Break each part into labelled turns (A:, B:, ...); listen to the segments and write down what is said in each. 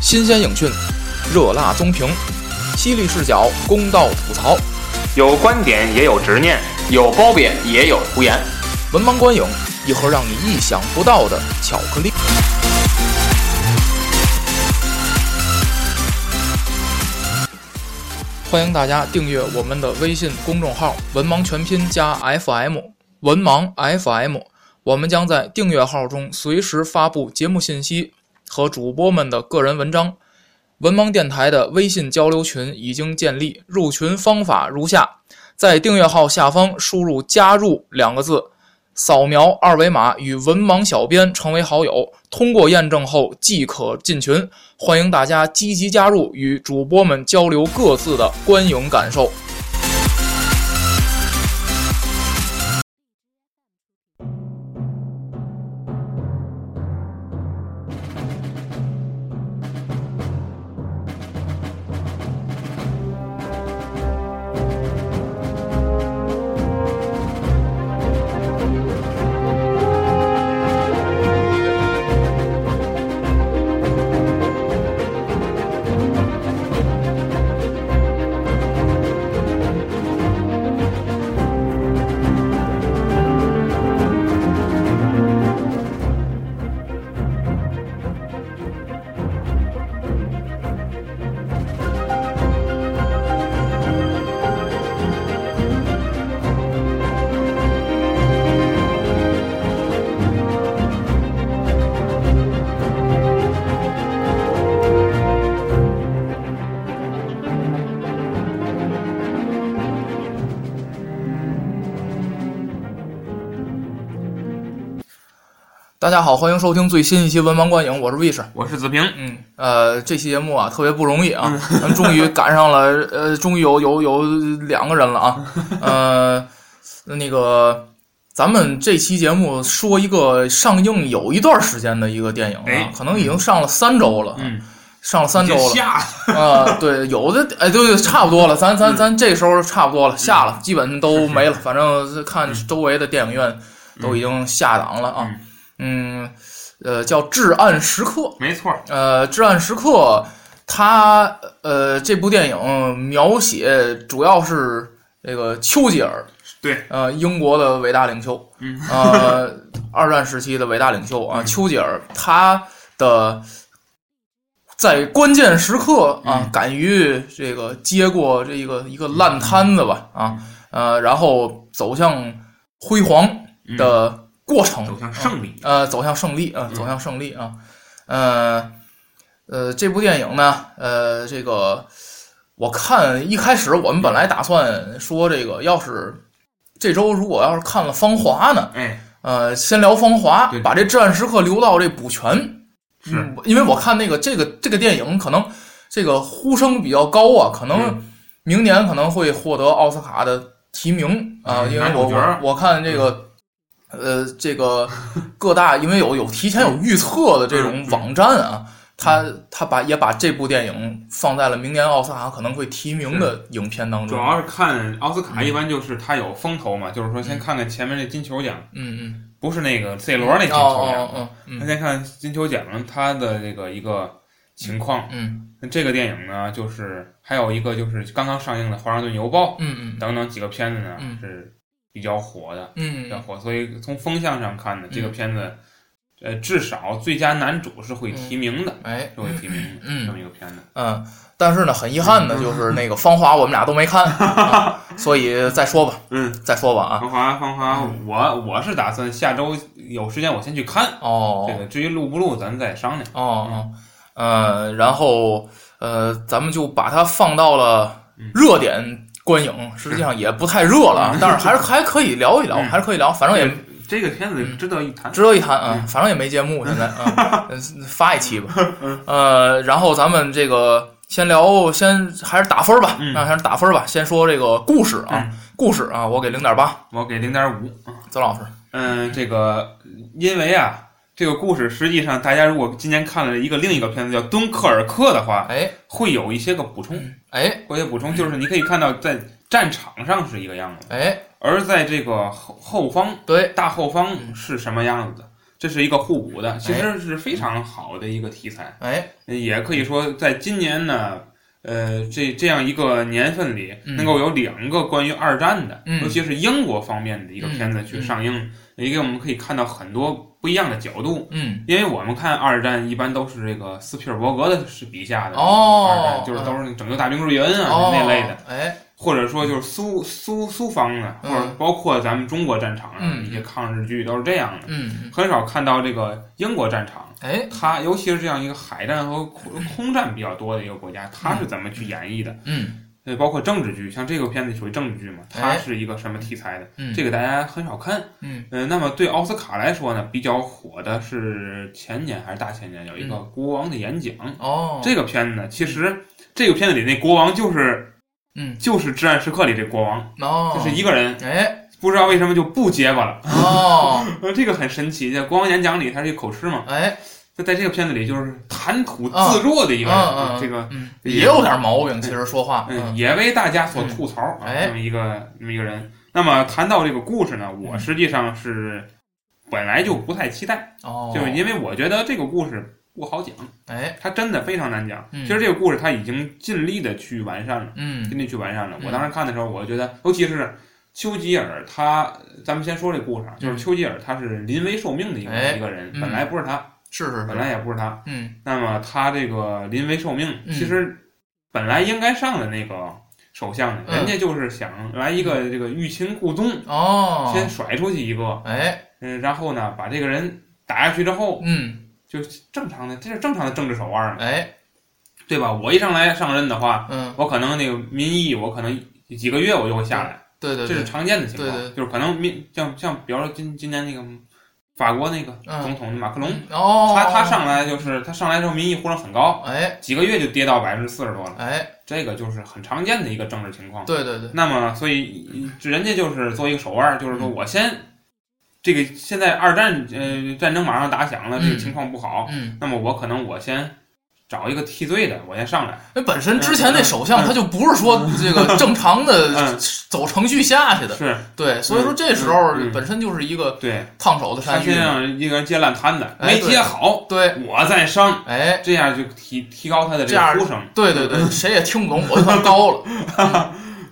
A: 新鲜影讯，热辣综评，犀利视角，公道吐槽，
B: 有观点也有执念，有褒贬也有胡言。
A: 文盲观影，一盒让你意想不到的巧克力。欢迎大家订阅我们的微信公众号“文盲全拼加 FM”，文盲 FM。我们将在订阅号中随时发布节目信息和主播们的个人文章。文盲电台的微信交流群已经建立，入群方法如下：在订阅号下方输入“加入”两个字，扫描二维码与文盲小编成为好友，通过验证后即可进群。欢迎大家积极加入，与主播们交流各自的观影感受。大家好，欢迎收听最新一期《文盲观影》，我是 Wish。
B: 我是子平，
A: 嗯，呃，这期节目啊特别不容易啊，
B: 嗯
A: 咱们终于赶上了，呃，终于有有有两个人了啊，呃，那个，咱们这期节目说一个上映有一段时间的一个电影了
B: 哎，
A: 可能已经上了三周了，啊
B: 嗯，
A: 上了三周了，
B: 下
A: 啊、对，有的，哎，对对，差不多了，咱咱咱这时候差不多了，下了，基本都没了，反正看周围的电影院都已经下档了啊，嗯，呃，叫《至暗时刻》，
B: 没错儿，
A: 呃，《至暗时刻》它呃这部电影描写主要是这个丘吉尔，
B: 对，
A: 呃，英国的伟大领袖，
B: 嗯，
A: 呃，二战时期的伟大领袖啊，丘吉尔，他的在关键时刻
B: 嗯
A: 啊，敢于这个接过这个一个烂摊子吧，啊，
B: 嗯
A: 呃，然后走向辉煌的过程，
B: 嗯走向胜利。
A: 呃，走向胜利啊、走向胜利啊，呃，呃，这部电影呢，呃，这个我看一开始我们本来打算说这个，要是这周如果要是看了《芳华》呢，
B: 哎，
A: 呃，先聊《芳华
B: 对》，
A: 把这《至暗时刻》留到这补全，
B: 是
A: 嗯因为我看那个这个这个电影可能这个呼声比较高啊，可能明年可能会获得奥斯卡的提名啊、
B: 嗯
A: 因为
B: 男主
A: 我
B: 角嗯儿
A: 我我看这个。呃，这个 各大因为有有提前有预测的这种网站
B: 嗯
A: 啊，他他把也把这部电影放在了明年奥斯卡可能会提名的影片当
B: 主
A: 中。
B: 要是看奥斯卡，
A: 嗯
B: 一般就是它有风头嘛，就是说先看看前面这金球奖，
A: 嗯嗯，
B: 不是那个 C 罗那金
A: 哦
B: 球
A: 哦
B: 奖，
A: 哦，嗯
B: 他先看金球奖它的这个一个情况。
A: 嗯
B: 那这个电影呢，就是还有一个就是刚刚上映的《华盛顿邮报
A: 嗯嗯》
B: 等等几个片子呢
A: 嗯
B: 是比较火的，
A: 嗯
B: 比较
A: 嗯，
B: 火。所以从风向上看呢，这个
A: 嗯
B: 片子，呃，至少最佳男主是会提名的，
A: 哎，
B: 是会提名的
A: 嗯
B: 这么一个片子。
A: 嗯，但是呢，很遗憾
B: 嗯
A: 呢，就是那个《芳华》我们俩都没 看，啊所以再说吧，
B: 嗯，
A: 再说吧啊。
B: 芳华，芳华，
A: 嗯
B: 我我是打算下周有时间我先去看
A: 哦
B: 这个，至于录不录，咱再商量。
A: 哦哦，呃，然后呃，咱们就把它放到了
B: 嗯
A: 热点观影，实际上也不太热了啊，但是还是还可以聊一聊，
B: 嗯嗯
A: 还是可以聊，反正也
B: 这个片子值得一谈。
A: 值得一谈啊，反正也没节目，现在 啊，嗯发一期吧。
B: 嗯
A: 呃，然后咱们这个先聊，先还是打分吧，
B: 嗯
A: 那还是打分吧，先说这个故事啊，故事啊，我给零点八，
B: 我给零点五。
A: 曾老师，
B: 嗯，这个因为啊，这个故事实际上大家如果今年看了一个另一个片子叫《敦刻尔克》的话，
A: 哎
B: 会有一些个补充。
A: 哎
B: 有些补充就是你可以看到在战场上是一个样子，
A: 哎，
B: 而在这个后后方
A: 对，
B: 大后方是什么样子的。这是一个互补的，其实是非常好的一个题材。
A: 哎，
B: 也可以说，在今年呢，呃，这这样一个年份里，
A: 嗯
B: 能够有两个关于二战的，
A: 嗯
B: 尤其是英国方面的一个片子去
A: 嗯
B: 上映，也给我们可以看到很多不一样的角度。
A: 嗯，
B: 因为我们看二战一般都是这个斯皮尔伯格的是笔下的二
A: 哦
B: 战，，就是都是那拯救大兵瑞恩啊、
A: 哦
B: 那类的，，
A: 哎，
B: 或者说就是苏苏苏方的，或
A: 嗯
B: 者包括咱们中国战场上的
A: 嗯
B: 一些抗日剧都是这样的，
A: 嗯，
B: 很少看到这个英国战场。
A: 哎，
B: 它尤其是这样一个海战和空空战比较多的一个国家，它是怎么去演绎的？
A: 嗯
B: 呃，包括政治剧，像这个片子属于政治剧嘛，它
A: 哎
B: 是一个什么题材的？
A: 嗯，
B: 这个大家很少看。
A: 嗯
B: 呃，那么对奥斯卡来说呢，比较火的是前年还是大前年有一个国王的演讲，
A: 嗯哦，
B: 这个片子呢，其实这个片子里那国王就是
A: 嗯
B: 就是《至暗时刻》里这国王，
A: 哦，
B: 就是一个人，
A: 哎
B: 不知道为什么就不结巴了，
A: 哦
B: 呃这个很神奇。在国王演讲里，他是一口吃嘛，
A: 哎，
B: 就在这个片子里就是谈吐
A: 啊
B: 自若的一个人，
A: 嗯嗯，
B: 这个
A: 嗯
B: 这个
A: 也有点毛病，其实说话，
B: 嗯
A: 嗯
B: 也为大家所吐槽啊，
A: 哎
B: 这么一个这么一个人。那么谈到这个故事呢，
A: 嗯
B: 我实际上是本来就不太期待，
A: 哦，
B: 就是因为我觉得这个故事不好讲，
A: 哎
B: 它真的非常难讲。
A: 嗯
B: 其实这个故事他已经尽力的去完善了，
A: 嗯
B: 尽力去完善了。
A: 嗯
B: 我当时看的时候，我觉得，尤其是丘吉尔他，咱们先说这故事啊，就是丘吉尔他是临危受命的一
A: 嗯
B: 个、
A: 哎
B: 一个人，
A: 嗯
B: 本来不是他，
A: 是是
B: 本
A: 是，
B: 来也不是他。
A: 嗯
B: 那么他这个临危受命，
A: 嗯
B: 其实本来应该上的那个首相呢，
A: 嗯
B: 人家就是想来一个这个欲擒故纵，
A: 哦，
B: 先甩出去一个，
A: 哎
B: 嗯，然后呢把这个人打下去之后，
A: 嗯
B: 就正常的，这是正常的政治手腕嘛，
A: 哎
B: 对吧？我一上来上任的话，
A: 嗯，
B: 我可能那个民意，我可能几个月我就会下来，
A: 对对
B: 这
A: 对
B: 是，常见的情
A: 对对
B: 况，就是可能民像像比方说今今年那个法国那个
A: 嗯
B: 总统马克龙，
A: 嗯哦，
B: 他他上来就是他上来之后民意呼声很高。
A: 哎
B: 几个月就跌到百分之四十多了，
A: 哎，
B: 这个就是很常见的一个政治情况。
A: 对对对，
B: 那么，所以人家就是做一个手腕儿，就是
A: 嗯
B: 说我先这个现在二战呃战争马上打响了，这个
A: 嗯
B: 情况不好，
A: 嗯，
B: 那么我可能我先找一个替罪的，我先上来。
A: 因为本身之前那首相
B: 嗯嗯
A: 他就不是说这个正常的
B: 嗯
A: 走程序下去的，
B: 是
A: 对，所以说这时候
B: 嗯嗯啊
A: 本身就是一个
B: 对，
A: 烫手的
B: 他
A: 山芋
B: 先，让一个人接烂摊子，
A: 哎
B: 没接好，
A: 对，
B: 我再上，
A: 哎，
B: 这样就提提高他的这
A: 这样
B: 个呼声，
A: 对对
B: 嗯
A: 对，谁也听不懂，我就算高了，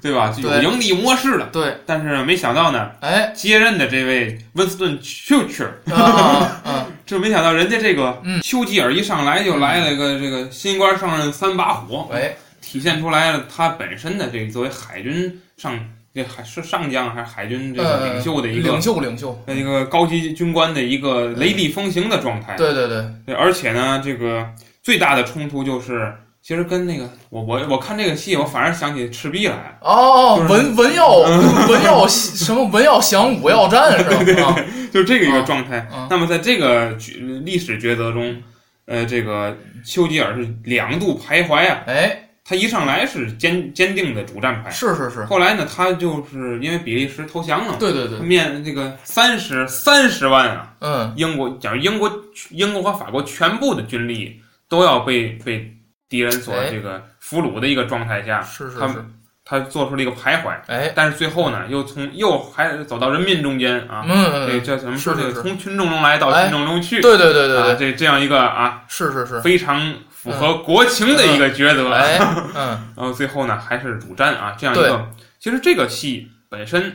B: 对吧？就有
A: 对
B: 盈利模式了。
A: 对，
B: 但是没想到呢，
A: 哎，
B: 接任的这位温斯顿·丘吉尔。
A: 啊嗯，
B: 这没想到人家这个
A: 嗯
B: 丘吉尔一上来就来了个这个新官上任三把火，
A: 喂，
B: 体现出来了他本身的这个作为海军上这还是上将还是海军这个
A: 呃
B: 领袖的一个
A: 领袖领袖，
B: 那一个高级军官的一个雷厉风行的状态。
A: 对对对，
B: 对，而且呢，这个最大的冲突就是，其实跟那个我我我看这个戏，我反而想起赤壁来了，
A: 哦，
B: 就是
A: 文文 耀文耀什么文耀降武耀战是吧？啊
B: 就是这个一个状态。
A: 嗯
B: 那么在这个举历史抉择中，呃，这个丘吉尔是两度徘徊啊。
A: 哎，
B: 他一上来是坚坚定的主战派，
A: 是是是，
B: 后来呢，他就是因为比利时投降了嘛，
A: 对对
B: 他
A: 对，
B: 面这个三十三十万啊，
A: 嗯，
B: 英国，假如英国英国和法国全部的军力都要被被敌人所
A: 哎
B: 这个俘虏的一个状态下，
A: 是是
B: 他
A: 是，
B: 他做出了一个徘徊，
A: 哎，
B: 但是最后呢，又从又还走到人民中间啊，这
A: 嗯，
B: 叫什么？
A: 是
B: 这
A: 是
B: 个
A: 是
B: 从群众中来到
A: 哎
B: 群众中去，
A: 对对对对
B: 啊，
A: 对，
B: 这这样一个啊
A: 是是是，嗯
B: 非常符合国情的一个抉择，啊
A: 哎，嗯，
B: 然后最后呢还是主战啊，这样一个。其实这个戏本身，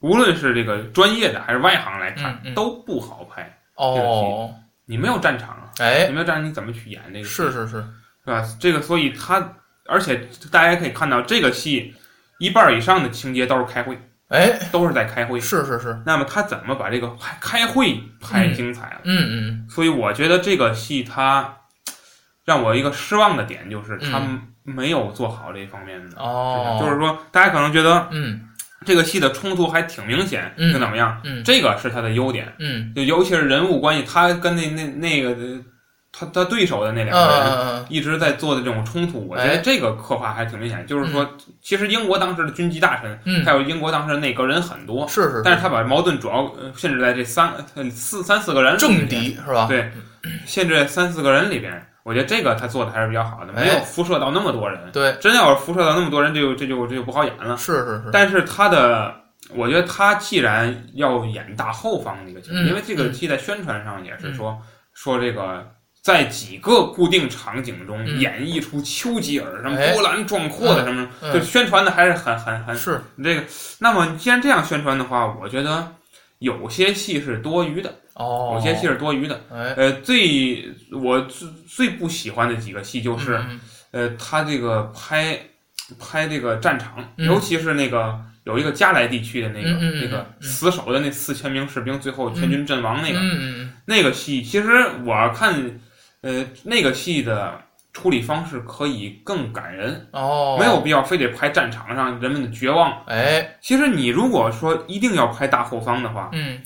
B: 无论是这个专业的还是外行来看，
A: 嗯嗯
B: 都不好拍。
A: 哦，
B: 你没有战场啊，
A: 哎
B: 你，没有战场，你怎么去演这个？
A: 是，是是，
B: 对吧？这个，所以他，而且大家可以看到，这个戏一半以上的情节都是开会，
A: 哎，
B: 都是在开会。
A: 是是是，
B: 那么他怎么把这个开开会拍精彩了？
A: 嗯
B: 所以我觉得这个戏它让我一个失望的点就是他
A: 嗯
B: 没有做好这方面的
A: 嗯，
B: 事情，
A: 哦，
B: 就是说大家可能觉得
A: 嗯
B: 这个戏的冲突还挺明显，
A: 嗯
B: 又怎么样？
A: 嗯
B: 这个是他的优点，
A: 嗯
B: 就尤其是人物关系，他跟那那那个他他对手的那
A: 嗯
B: 两个人。
A: 嗯
B: 一直在做的这种冲突，我觉
A: 哎
B: 得这个刻画还挺明显。就是说，其实英国当时的军机大臣，
A: 嗯
B: 还有英国当时的内阁人很多
A: 嗯，，是是，
B: 但是他把矛盾主要呃限制在这三呃四三四个人里
A: 政
B: 边，
A: 敌是啊嗯吧？
B: 对，限制在三四个人里边。我觉得这个他做的还是比较好的，
A: 哎
B: 没有辐射到那么多人。
A: 对，
B: 真要是辐射到那么多人，这就这就这就不好演了。
A: 是是是，
B: 但是他的我觉得他既然要演大后方的一个角色，
A: 嗯
B: 因为这个
A: 嗯
B: 戏在宣传上也是说、说这个。在几个固定场景中
A: 嗯
B: 演绎出丘吉尔什么
A: 哎
B: 波澜壮阔的什么，
A: 嗯
B: 就宣传的还是很很很
A: 是，
B: 这个，那么既然这样宣传的话，我觉得有些戏是多余的，
A: 哦，
B: 有些戏是多余的。
A: 哎，
B: 呃，最我最最不喜欢的几个戏就
A: 嗯
B: 是，
A: 嗯
B: 呃，他这个拍拍这个战场，
A: 嗯
B: 尤其是那个有一个加莱地区的那个
A: 嗯嗯嗯
B: 那个
A: 嗯
B: 死守的那四千名士兵，最后全军阵亡那个
A: 嗯
B: 那个戏，其实我看，呃，那个戏的处理方式可以更感人，
A: 嗯，哦，
B: 没有，必要非得拍战场上人们的绝望。
A: 哎，
B: 其实你如果说一定要拍大后方的话，
A: 嗯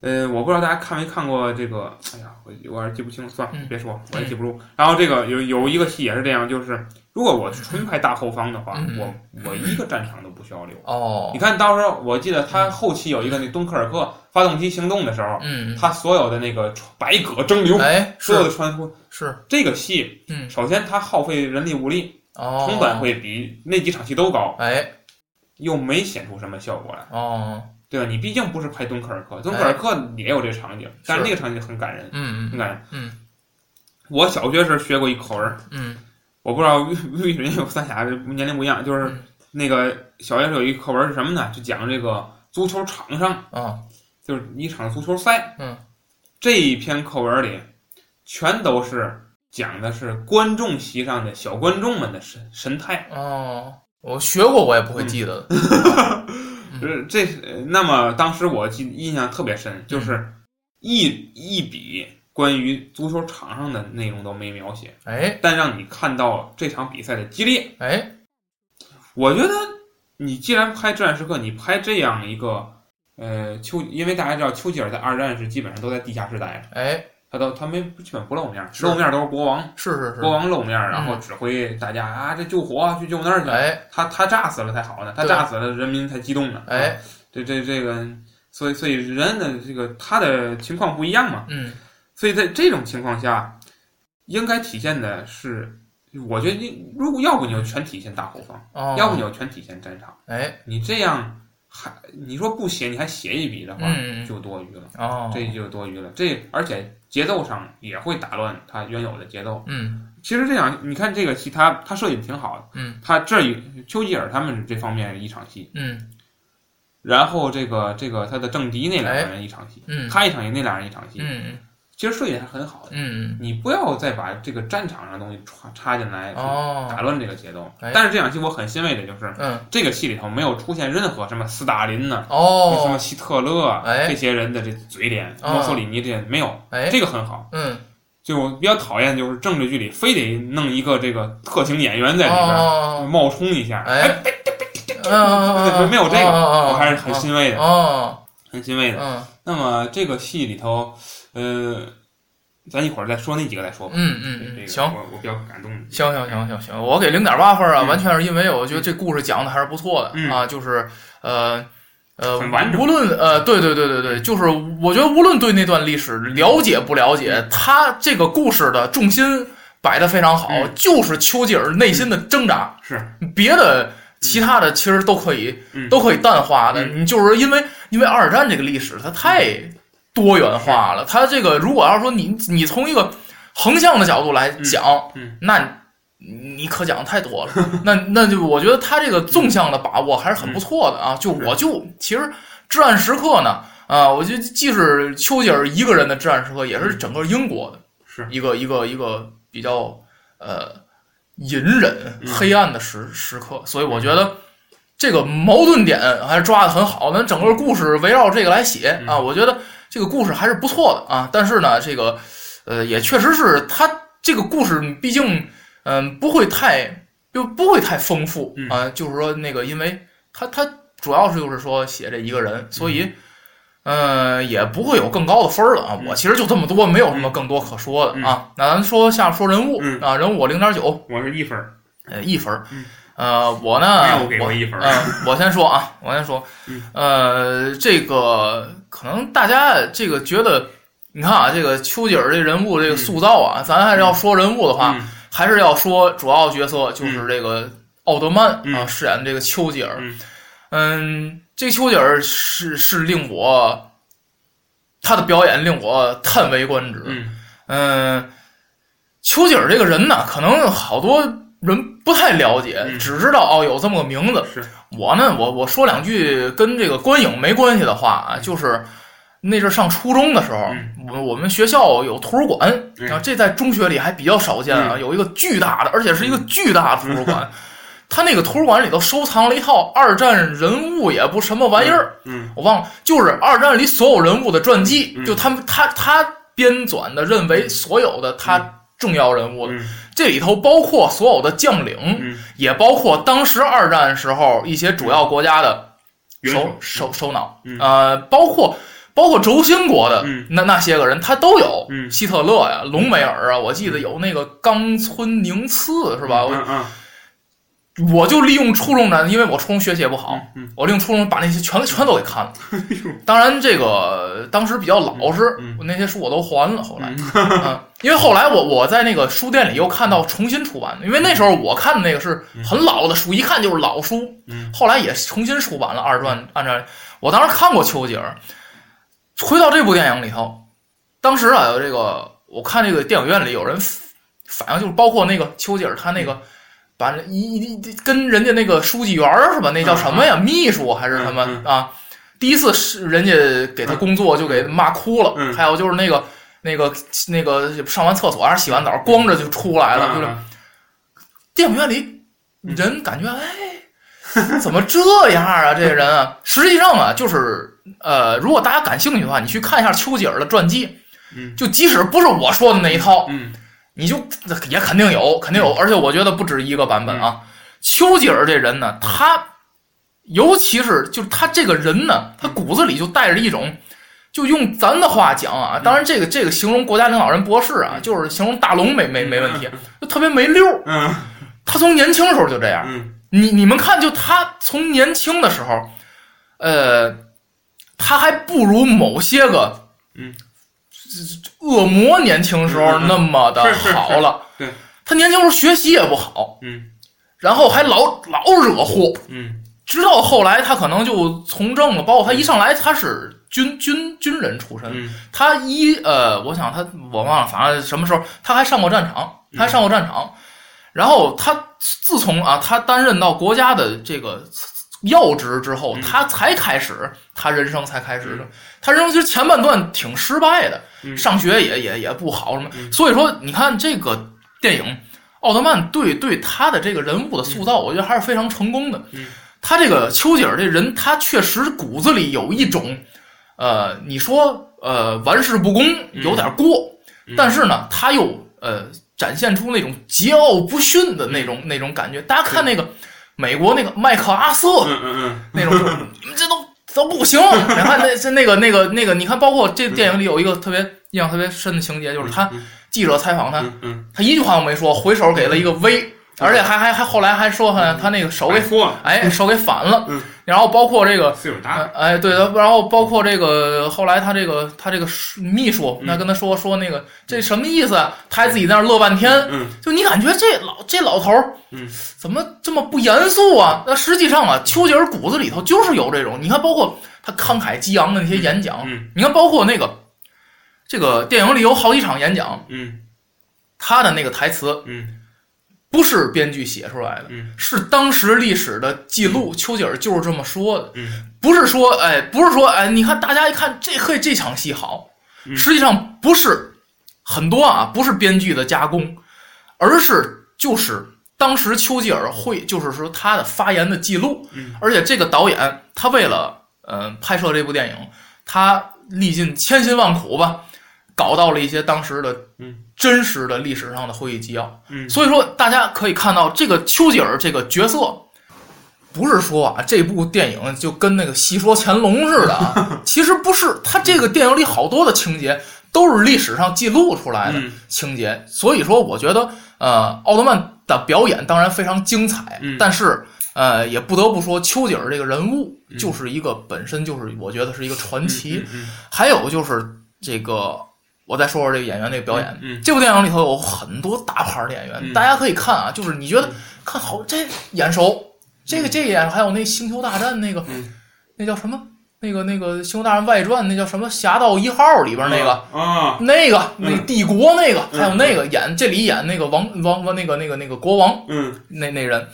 B: 呃，我不知道大家看没看过这个，哎呀，我我还是记不清了，算了，
A: 嗯
B: 别说，我也记不住。然后这个有有一个戏也是这样，就是如果我纯拍大后方的话，
A: 嗯
B: 我我一个战场都不需要留。
A: 哦
B: 你，看到时候，我记得他后期有一个那敦刻尔克发动机行动的时候，
A: 嗯，
B: 他所有的那个穿百舸争流，
A: 哎，
B: 所有
A: 是
B: 的穿梭，
A: 是，
B: 这个戏
A: 嗯，
B: 首先它耗费人力物力，
A: 哦，
B: 成本，会比那几场戏都高，
A: 哎，
B: 又没显出什么效果来。
A: 哦，
B: 对吧？你毕竟不是拍敦刻尔克，敦刻
A: 哎
B: 尔克也有这场景，但是那个场景很感人，
A: 嗯
B: 很
A: 嗯
B: 感人。
A: 嗯，
B: 我小学时学过一口人，
A: 嗯，
B: 我不知道为 为什么有三峡年龄不一样，就是
A: 嗯
B: 那个小学时有一课文是什么呢？就讲这个足球场上
A: 啊，
B: 就是一场足球赛。
A: 嗯，
B: 这一篇课文里全都是讲的是观众席上的小观众们的神神态。
A: 哦，我学过，我也不会记得的，嗯
B: 呃，这呃那么当时我记印象特别
A: 嗯
B: 深，就是一一笔关于足球场上的内容都没描写，
A: 哎
B: 但让你看到这场比赛的激烈。
A: 哎，
B: 我觉得你既然拍《至暗时刻》，你拍这样一个呃丘，因为大家知道丘吉尔在二战时基本上都在地下室待着，
A: 哎，
B: 他都他没基本不露面，
A: 是
B: 露面都是国王，
A: 是是是，
B: 国王露面，然后指挥大家啊这救火啊去救那儿去。
A: 嗯哎
B: 他他炸死了才好呢，他
A: 对
B: 炸死了人民才激动呢。啊
A: 哎，
B: 这这这个，所以所以人的这个他的情况不一样嘛，
A: 嗯
B: 所以在这种情况下，应该体现的是，我觉得你如果要不你就全体现大后方，
A: 哦，
B: 要不你就全体现战场，
A: 哎，
B: 你这样还你说不写你还写一笔的话，
A: 嗯嗯
B: 就多余了，
A: 哦，
B: 这就多余了，这而且节奏上也会打乱它原有的节奏。
A: 嗯
B: 其实这样，你看这个戏，它它摄影挺好的，
A: 嗯，
B: 它这一丘吉尔他们这方面一场戏，
A: 嗯
B: 然后这个这个他的政敌那两个人一场戏，
A: 嗯
B: 他一场戏，那俩人一场戏，
A: 嗯
B: 其实设计得还很好的。
A: 嗯，
B: 你不要再把这个战场上的东西插插进来，打
A: 哦，
B: 乱这个节奏。
A: 哎
B: 但是这场戏我很欣慰的就是，
A: 嗯
B: 这个戏里头没有出现任何什么斯大林呐、什么
A: 哦，
B: 希特勒啊、
A: 哎
B: 这些人的这嘴脸，
A: 哦
B: 墨索里尼这些没有，
A: 哎，
B: 这个很好。
A: 嗯，
B: 就我比较讨厌就是政治剧里非得弄一个这个特型演员在里边、
A: 哦，
B: 冒充一下，
A: 哎，嗯，
B: 没有这个，
A: 我
B: 我还是很欣慰的，
A: 哦，
B: 很欣慰的。
A: 嗯
B: 那么这个戏里头，呃，咱一会儿再说那几个再说吧。
A: 嗯
B: 这
A: 嗯
B: 这
A: 嗯，
B: 个
A: 行。
B: 我我比较感动的。
A: 行行行行行，我给零点八分啊，
B: 嗯
A: 完全是因为我觉得这故事讲的还是不错的、
B: 嗯
A: 啊，就是呃呃
B: 很完，整
A: 无论呃对对对对对，就是我觉得无论对那段历史了解不了
B: 嗯
A: 解，他这个故事的重心摆的非常好，
B: 嗯
A: 就是丘吉尔内心的挣扎，
B: 是
A: 别的。其他的其实都可以，
B: 嗯
A: 都可以淡化的。
B: 嗯
A: 你就是因为因为二战这个历史它太多元化了，它这个如果要是说你你从一个横向的角度来讲，
B: 嗯
A: 那你你可讲的太多了。 那那就我觉得他这个纵向的把握还是很
B: 嗯
A: 不错的啊。就我就其实《至暗时刻》呢，啊，我觉得既是丘吉尔一个人的《至暗时刻》，也是整个英国的
B: 嗯是
A: 一个一个一个比较呃隐忍、
B: 嗯
A: 黑暗的时时刻。所以我觉得。这个矛盾点还是抓得很好，那整个故事围绕这个来写
B: 嗯
A: 啊，我觉得这个故事还是不错的啊。但是呢，这个呃，也确实是它这个故事，毕竟嗯、不会太就不会太丰富
B: 嗯
A: 啊。就是说那个，因为它它主要是就是说写这一个人，所以嗯、呃也不会有更高的分儿了啊。
B: 嗯
A: 我其实就这么多，没有什么更多可说的啊。那咱说下说人物
B: 嗯
A: 啊，人物我零点九，
B: 我是一分儿，
A: 呃，一分儿
B: 嗯。
A: 呃，我呢，
B: 没有给过一分儿。
A: 嗯，我先说啊，我先说
B: 嗯，
A: 呃，这个可能大家这个觉得，你看啊，这个丘吉尔这人物这个塑造啊，咱还是要说人物的话，
B: 嗯
A: 还是要说主要角色就是这个奥德曼、
B: 嗯
A: 啊，饰演这个丘吉尔。
B: 嗯
A: 嗯，这丘吉尔是是令我他的表演令我叹为观止。
B: 嗯
A: 嗯，丘吉尔这个人呢，可能好多人不太了解，
B: 嗯
A: 只知道哦有这么个名字。
B: 是
A: 我呢，我我说两句跟这个观影没关系的话啊，就是那阵儿上初中的时候，
B: 嗯
A: 我我们学校有图书馆，
B: 嗯
A: 啊，这在中学里还比较少见啊，有一个巨大的，而且是一个
B: 嗯
A: 巨大的图书 馆。他那个图书馆里头收藏了一套二战人物，也不什么玩意儿，
B: 嗯
A: 我忘了，就是二战里所有人物的传记，
B: 嗯
A: 就他们他他编纂的，认为所有的他重要人物，
B: 嗯
A: 这里头包括所有的将领，
B: 嗯
A: 也包括当时二战时候一些主要国家的
B: 元
A: 首
B: 首
A: 首首脑，
B: 嗯
A: 呃，包括包括轴心国的
B: 嗯
A: 那那些个人，他都有，
B: 嗯
A: 希特勒呀、隆美尔啊，我记得有那个冈村宁次是吧？
B: 嗯嗯
A: 我我就利用初中呢，因为我初中学习也不好，
B: 嗯嗯
A: 我利用初中把那些全全都给 看了。当然，这个当时比较老实，
B: 嗯嗯
A: 我那些书我都还了。后来， 嗯，因为后来我我在那个书店里又看到重新出版的，因为那时候我看的那个是很老的书，一看就是老书。
B: 嗯
A: 后来也重新出版了二传，按照我当时看过丘吉尔。回到这部电影里头，当时啊，这个我看这个电影院里有人反映，就是包括那个丘吉尔他
B: 嗯
A: 那个。把人一一一跟人家那个书记员儿是吧？那叫什么呀？秘书还是什么
B: 嗯
A: 啊？第一次是人家给他工作就给骂哭了，
B: 嗯
A: 还有就是那个那个那个上完厕所还是洗完澡，光着就出来了，就是
B: 嗯
A: 电影院里人感觉哎，怎么这样啊？这人啊，实际上啊，就是呃，如果大家感兴趣的话，你去看一下丘吉尔的传记，
B: 嗯
A: 就即使不是我说的那一套，
B: 嗯
A: 你就也肯定有，肯定有，而且我觉得不止一个版本啊。
B: 嗯
A: 丘吉尔这人呢，他尤其是就是他这个人呢，他
B: 嗯
A: 骨子里就带着一种，就用咱的话讲啊，当
B: 嗯
A: 然这个这个形容国家领导人博士啊，就是形容大龙没没没问题，就特别没溜儿。
B: 嗯
A: 他从年轻时候就这样，
B: 嗯
A: 你你们看，就他从年轻的时候，呃，他还不如某些个
B: 嗯
A: 恶魔年轻时候那么的
B: 嗯是是是
A: 好了。
B: 对，
A: 他年轻时候学习也不好，
B: 嗯
A: 然后还老老惹祸，
B: 嗯
A: 直到后来他可能就从政了。包括他一上来他是军军军人出身，
B: 嗯
A: 他一呃，我想他我忘了，反正什么时候他还上过战场，他还上过战场。然后他自从啊，他担任到国家的这个要职之后，
B: 嗯
A: 他才开始他人生才开始的
B: 嗯。
A: 他人生其实前半段挺失败的，
B: 嗯
A: 上学也也也不好什么。
B: 嗯
A: 所以说，你看这个电影，奥特曼对对他的这个人物的塑造，我觉得还是非常成功的。
B: 嗯
A: 他这个丘吉尔这人，他确实骨子里有一种，呃，你说呃玩世不恭有点过，
B: 嗯
A: 但是呢，他又呃展现出那种桀骜不驯的那种
B: 嗯
A: 那种感觉。大家看那个美国那个麦克阿瑟，
B: 嗯嗯
A: 那种就是你们这都都不行。你看那这那个那个那个，你看，包括这电影里有一个特别印象特别深的情节，就是他记者采访他，
B: 嗯嗯，
A: 他一句话都没说，回手给了一个 V，而且还还还后来还说哈他那个手给
B: 错了，
A: 哎手给反了
B: 嗯，
A: 然后包括这个。
B: 岁数大
A: 呃
B: 了，
A: 哎，对，然后包括这个，后来他这个他这个秘书，那跟他说说那个这什么意思啊？他还自己在那儿乐半天，
B: 嗯
A: 就你感觉这老这老头儿，
B: 嗯，
A: 怎么这么不严肃啊？那实际上啊，丘吉尔骨子里头就是有这种，你看，包括他慷慨激昂的那些演讲，
B: 嗯
A: 你看，包括那个这个电影里有好几场演讲，
B: 嗯
A: 他的那个台词
B: 嗯
A: 不是编剧写出来的，
B: 嗯
A: 是当时历史的记录，丘吉尔就是这么说的，
B: 嗯
A: 不是说哎，不是说哎，你看大家一看这嘿这场戏好，
B: 嗯
A: 实际上不是很多啊，不是编剧的加工，而是就是当时丘吉尔会就是说他的发言的记录，
B: 嗯
A: 而且这个导演他为了呃拍摄这部电影，他历尽千辛万苦吧，搞到了一些当时的
B: 嗯
A: 真实的历史上的会议纪要，
B: 嗯，
A: 所以说，大家可以看到这个丘吉尔这个角色，不是说啊这部电影就跟那个《戏说乾隆》似的 啊，其实不是，他这个电影里好多的情节都是历史上记录出来的
B: 嗯
A: 情节，所以说我觉得呃，奥特曼的表演当然非常精彩，
B: 嗯
A: 但是。呃，也不得不说，丘吉尔这个人物
B: 嗯
A: 就是一个本身就是，我觉得是一个传奇。还有就是这个，我再说说这个演员这个表演，
B: 嗯
A: 这部电影里头有很多大牌儿的演员，
B: 嗯
A: 大家可以看啊，就是你觉得看好这眼熟，这个这也还有那《星球大战》那个
B: 嗯
A: 那叫什么？那个那个《星球大战外传》那叫什么《侠盗一号》里边那个。
B: 啊，
A: 那个，那个
B: 嗯
A: 帝国那个，
B: 嗯
A: 还有那个演这里演那个王王王那个那个那个国王
B: 嗯
A: 那那人，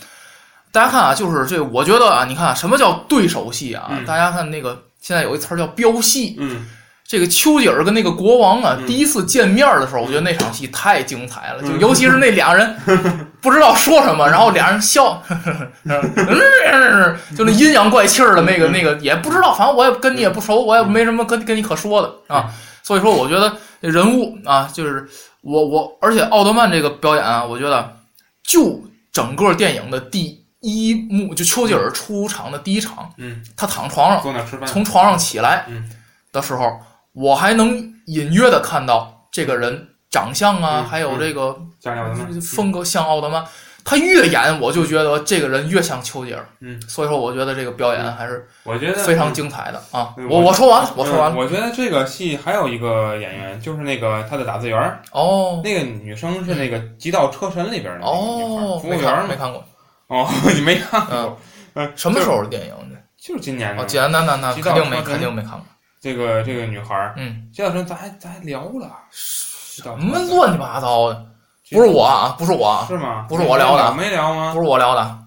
A: 大家看啊，就是这，我觉得啊，你看啊什么叫对手戏啊？
B: 嗯
A: 大家看那个现在有一词儿叫飙戏，
B: 嗯
A: 这个丘吉尔跟那个国王啊，
B: 嗯
A: 第一次见面的时候，我觉得那场戏太精彩了，就
B: 嗯
A: 尤其是那俩 人不知道说什么，然后俩人笑， 嗯，就那阴阳怪气儿的那个
B: 嗯
A: 那个也不知道，反正我也跟你也不熟，我也没什么跟跟你可说的
B: 嗯
A: 啊，所以说我觉得人物啊，就是我我，而且奥特曼这个表演啊，我觉得就整个电影的第一幕，就丘吉尔出场的第一场，
B: 嗯，
A: 他躺床上。
B: 坐那儿吃饭，
A: 从床上起来
B: 嗯
A: 的时候，我还能隐约的看到这个人长相啊，
B: 嗯
A: 还有这个
B: 加料咱们，
A: 风格像奥特曼。他越演，我就觉得这个人越像丘吉尔。
B: 嗯，
A: 所以说我觉得这个表演还是
B: 我觉得
A: 非常精彩的啊！
B: 嗯
A: 我我说完了，我说完
B: 嗯
A: 了。
B: 我觉得这个戏还有一个演员，就是那个他的打字员儿，
A: 哦
B: 那个女生是那个《极道车神》里嗯边的那个女孩儿
A: 哦，
B: 服务
A: 没
B: 员儿
A: 看
B: 嘛
A: 没。看 过，
B: 哦，你没看
A: 嗯
B: 过？嗯，
A: 什么时
B: 候？
A: 候的电影呢？
B: 就是今年
A: 哦，
B: 的。
A: 简单那那
B: 极
A: 肯
B: 道
A: 定没
B: 超人
A: 肯定没看过。
B: 这个这个女孩儿，
A: 嗯，
B: 极道车神，咱还咱还聊了。啊什
A: 什么乱七八糟的？不是我啊，不是我啊，
B: 是吗？
A: 不是我聊的
B: 没聊吗？
A: 不是我聊的。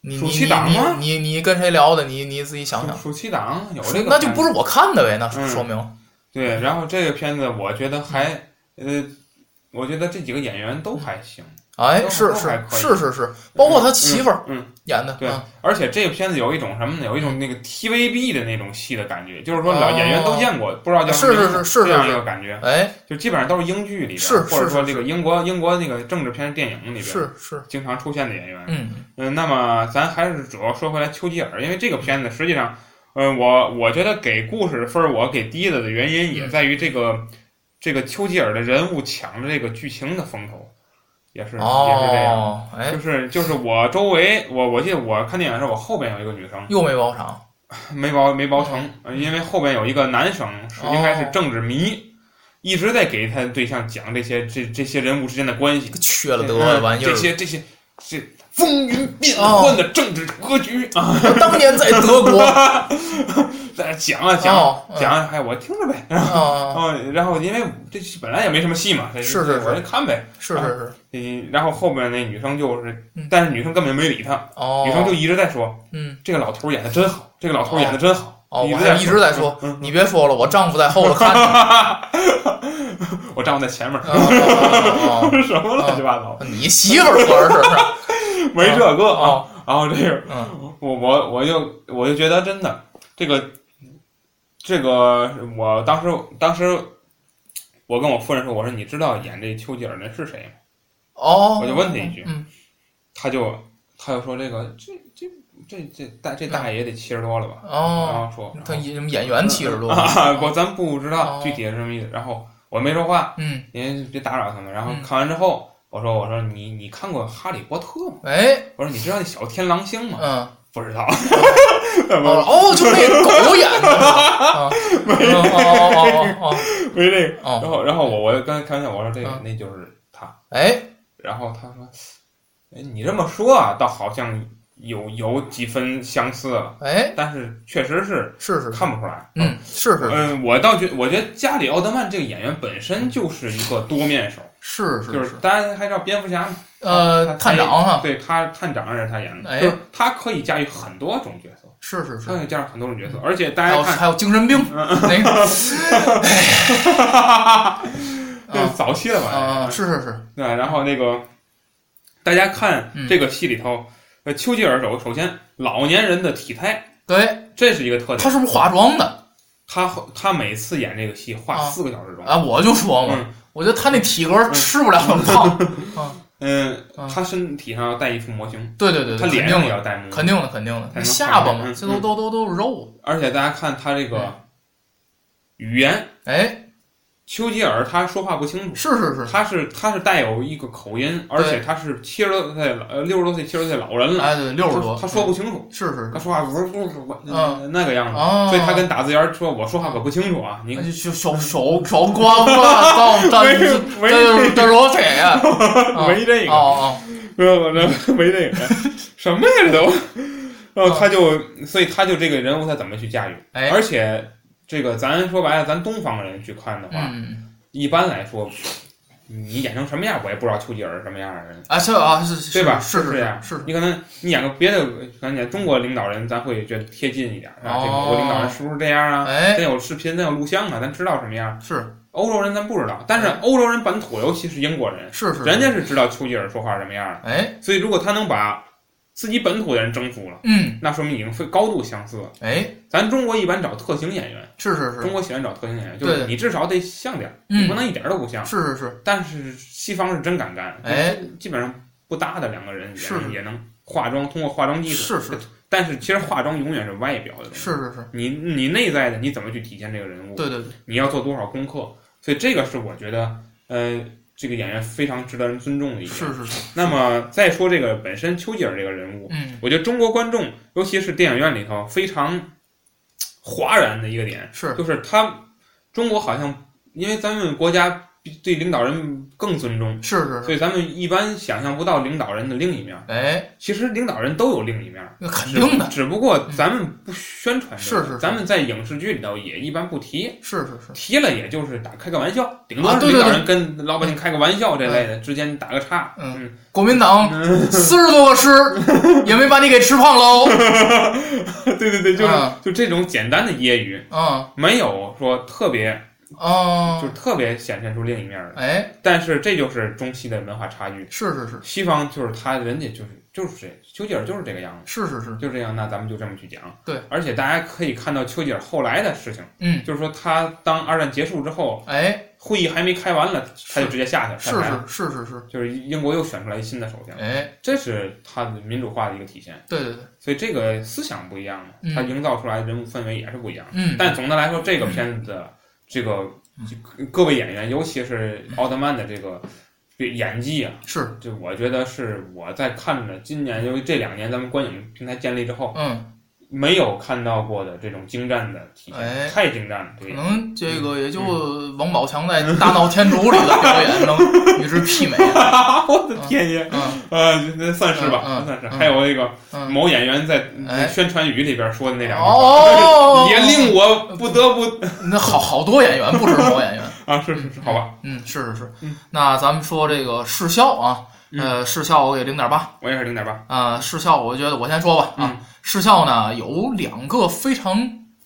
A: 你
B: 暑
A: 你
B: 期
A: 你
B: 档吗
A: 你你你跟谁聊的？你你自己想想。
B: 暑暑期档有这个，
A: 那就不是我看的呗，那是
B: 嗯
A: 说明。
B: 对。然后这个片子，我觉得还呃，我觉得这几个演员都还行，
A: 哎，
B: 都
A: 是
B: 都还
A: 是
B: 可以
A: 是是是，包括他媳妇儿
B: 嗯，嗯
A: 演的，
B: 对
A: 嗯，
B: 而且这个片子有一种什么呢？有一种那个 TVB 的那种戏的感觉，就是说老演员都见过，不知道叫什
A: 哦
B: 么
A: 是是
B: 名字
A: 是是
B: 这样
A: 是
B: 一个感觉，
A: 哎，
B: 就基本上都是英剧里边，
A: 是
B: 或者
A: 是
B: 说
A: 是
B: 这个英国英国那个政治片电影里边
A: 是是，
B: 经常出现的演员。
A: 嗯
B: 嗯，那么咱还是主要说回来丘吉尔，因为这个片子实际上，嗯，我我觉得给故事分儿我给低了的原因
A: 嗯
B: 也在于这个、这个丘吉尔的人物抢着这个剧情的风头，也是、也是这样。
A: 嗯哦，哎
B: 就，是就是我周围，我我记得我看电影的时候，我后边有一个女生
A: 又没包场，
B: 没包没包成，呃因为后边有一个男生是应该
A: 哦
B: 是政治迷，一直在给他对象讲这些这这些人物之间的关系，
A: 缺了德的玩意
B: 这
A: 儿。
B: 些这些这风云变幻的政治格局啊，
A: 当年在哦德国，
B: 在那讲啊 讲啊
A: 哦，
B: 讲啊，哎，我听着呗。
A: 嗯嗯，嗯
B: 嗯，然后因为这戏本来也没什么戏嘛，这
A: 是是是
B: 我就看呗。
A: 是是 是，
B: 嗯，然后后面那女生就是
A: 嗯，
B: 但是女生根本没理他，女生就
A: 哦，
B: 一直在说
A: 嗯，
B: 这个老头演的真好，这个老头演的真好。
A: 哦，我还
B: 直在嗯
A: 一直在说，你别说了，我丈夫在后头看着，
B: 我丈夫在前面，
A: 嗯嗯嗯嗯
B: 什么乱七八糟，
A: 嗯你媳妇儿合适是
B: 没这个
A: 吧？
B: 啊。
A: 哦，
B: 然后这个
A: 嗯，
B: 我我我就我就觉得真的，这个这个，我当时当时我跟我夫人说，我说你知道演这丘吉尔的是谁吗？
A: 哦，
B: 我就问他一句
A: 嗯，
B: 他就他就说这个这这这这大这大爷得七十多了吧？
A: 哦，
B: 然后说
A: 他演什么演员七十多，
B: 啊，我咱不知
A: 哦
B: 道具体是什么意思。然后我没说话，
A: 嗯，
B: 您别打扰他们。然后
A: 嗯
B: 看完之后，我说我说你你看过《哈利波特》吗？
A: 哎，
B: 我说你知道那小天狼星吗？
A: 嗯。
B: 不知道。
A: 哦哦，就那狗演的，啊，哦哦哦哦
B: 没这个。
A: 哦哦，
B: 然后，然后我我刚才开玩笑，我说这个
A: 嗯
B: 那就是他。
A: 哎，
B: 然后他说：“哎，你这么说啊，倒好像有有几分相似了，
A: 哎，
B: 但是确实是
A: 是是，
B: 看不出来。”
A: 嗯，是是
B: 嗯，我倒觉，我觉得加里奥德曼这个演员本身就是一个多面手，
A: 是
B: 就是是
A: 是，
B: 大家还知道蝙蝠侠，
A: 呃，探长哈，
B: 对他探长也是他演的，
A: 哎
B: 就是他可以驾驭很多种角色，
A: 是是嗯
B: 他
A: 是，
B: 可以驾驭很多种角色，而且大
A: 还有
B: 家看，
A: 还有精神病
B: 嗯
A: 那 个，哎
B: 这早期了吧？哎
A: 啊，是是是，
B: 对，然后那个大家看
A: 嗯
B: 这个戏里头，呃，丘吉尔首首先老年人的体态，
A: 对，
B: 这是一个特点。
A: 他是不是化妆的
B: 他他每次演这个戏画
A: 啊
B: 四个小时钟，
A: 啊？我就说嘛，我觉得他那体格吃不了很 胖，
B: 嗯
A: 啊，
B: 他身体上要带一副模型，
A: 对对对，
B: 他
A: 肯
B: 脸
A: 定
B: 上也
A: 的，
B: 要带模型，
A: 肯定的，肯定
B: 嗯
A: 的，那下巴嘛，这都都都都是肉，
B: 而且大家看他这
A: 嗯
B: 个语言，
A: 哎，
B: 丘吉尔他说话不清楚。
A: 是是是，
B: 他嗯是他是带有一个口音，而且他是七十多岁老呃六十多岁七十多岁老人了，
A: 哎对，六十多，
B: 他说不清楚，
A: 是是
B: 他说话不是不是不是
A: 嗯
B: 那个样子，
A: 哦，
B: 所以他跟打字员说：“我说话可不清楚啊，你
A: 那就就小小小光啊，到到
B: 没
A: 这
B: 没
A: 这这裸体啊，
B: 没这
A: 哦
B: 个，
A: 哦，
B: 没有没这个，什么呀这都？”然后他就，所以他就这个人物他怎么去驾驭？
A: 哎
B: 而且这个咱说白了，咱东方人去看的话，
A: 嗯
B: 一般来说，你演成什么样，我也不知道丘吉尔是什么样的人。
A: 啊，是啊，是是
B: 对吧？
A: 是
B: 是这样，
A: 是是
B: 你可能你演个别的，可能演中国领导人，咱会觉得贴近一点啊。
A: 哦
B: 这个我领导人是不是这样啊？
A: 哎
B: 咱有视频，咱有录像啊，咱知道什么样。
A: 是
B: 欧洲人咱不知道，但是
A: 哎
B: 欧洲人本土，尤其是英国人，
A: 是是，
B: 人家是知道丘吉尔说话什么样
A: 哎
B: 的。所以如果他能把自己本土的人征服了，
A: 嗯
B: 那说明已经非高度相似了。
A: 哎
B: 咱中国一般找特型演员，
A: 是是是
B: 中国喜欢找特型演员，就
A: 对
B: 是你至少得像点儿，你
A: 嗯
B: 不能一点儿都不像。
A: 是是是
B: 但是西方是真敢干，
A: 哎，
B: 基本上不搭的两个人也
A: 是
B: 能也能化妆，通过化妆技术。
A: 是是
B: 但是其实化妆永远是外表的东西，
A: 是是是，
B: 你你内在的你怎么去体现这个人物，
A: 对对对，
B: 你要做多少功课，所以这个是我觉得，呃，这个演员非常值得人尊重的一点。
A: 是是是，
B: 那么再说这个本身丘吉尔这个人物，
A: 嗯
B: 我觉得中国观众，尤其是电影院里头非常嘖哗然的一个点，
A: 是
B: 就是他中国好像因为咱们国家比对领导人更尊重，
A: 是是是，
B: 所以咱们一般想象不到领导人的另一面。
A: 哎，
B: 其实领导人都有另一面，
A: 那肯定的，
B: 只不过咱们不宣传这个、
A: 是是是
B: 咱们在影视剧里头也一般不提，
A: 是是是，
B: 提了也就是打开个玩笑，顶多
A: 啊
B: 是
A: 对对对哎
B: 领导人跟老百姓开个玩笑这类的，之间打个岔。
A: 嗯
B: 嗯，
A: 国民 党四十多个师也没把你给吃胖哦 喽，
B: 对对对，就是、
A: 啊
B: 就这种简单的揶揄，
A: 嗯
B: 没有说特别就是
A: 哦，
B: 特别显现出另一面的。
A: 哎，
B: 但是这就是中西的文化差距，
A: 是是是
B: 西方就是他人家就是就是这丘吉尔就是这个样子，
A: 是是是，
B: 就这样，那咱们就这么去讲。
A: 对，
B: 而且大家可以看到丘吉尔后来的事情，
A: 嗯，
B: 就是说他当二战结束之后，
A: 哎，
B: 会议还没开完了，他就直接下去了，
A: 是
B: 下台了
A: 是是是是，
B: 就是英国又选出来新的首相，
A: 哎，
B: 这是他的民主化的一个体现。
A: 对对对，
B: 所以这个思想不一样嘛，
A: 嗯
B: 他营造出来的人物氛围也是不一样的。
A: 嗯，
B: 但总的来说，这个片子的这个就各位演员，尤其是奥特曼的这个演技啊，
A: 是，
B: 就我觉得是我在看着今年，因为这两年咱们观影平台建立之后，
A: 嗯。
B: 没有看到过的这种精湛的体
A: 哎嗯
B: 现，太精湛了，对
A: 可。能这个也就王宝强在《大闹天竺》里的表演 能与之媲美。 啊
B: 我的天爷！
A: 嗯
B: 呃，那算是吧，
A: 嗯嗯
B: 算是。
A: 嗯
B: 还有那个
A: 嗯，
B: 某演员在
A: 哎
B: 宣传语里边说的那两句话，
A: 哦，嗯
B: 也啊令我不得不
A: 那好好多演员，不止某演员。
B: 啊，是是是，好吧，
A: 嗯，是是是
B: 嗯。
A: 那咱们说这个视效啊，呃，视效我给零点八
B: 我也是零点八。
A: 啊，视效我觉得我先说吧啊
B: 嗯，
A: 视效呢有两个非常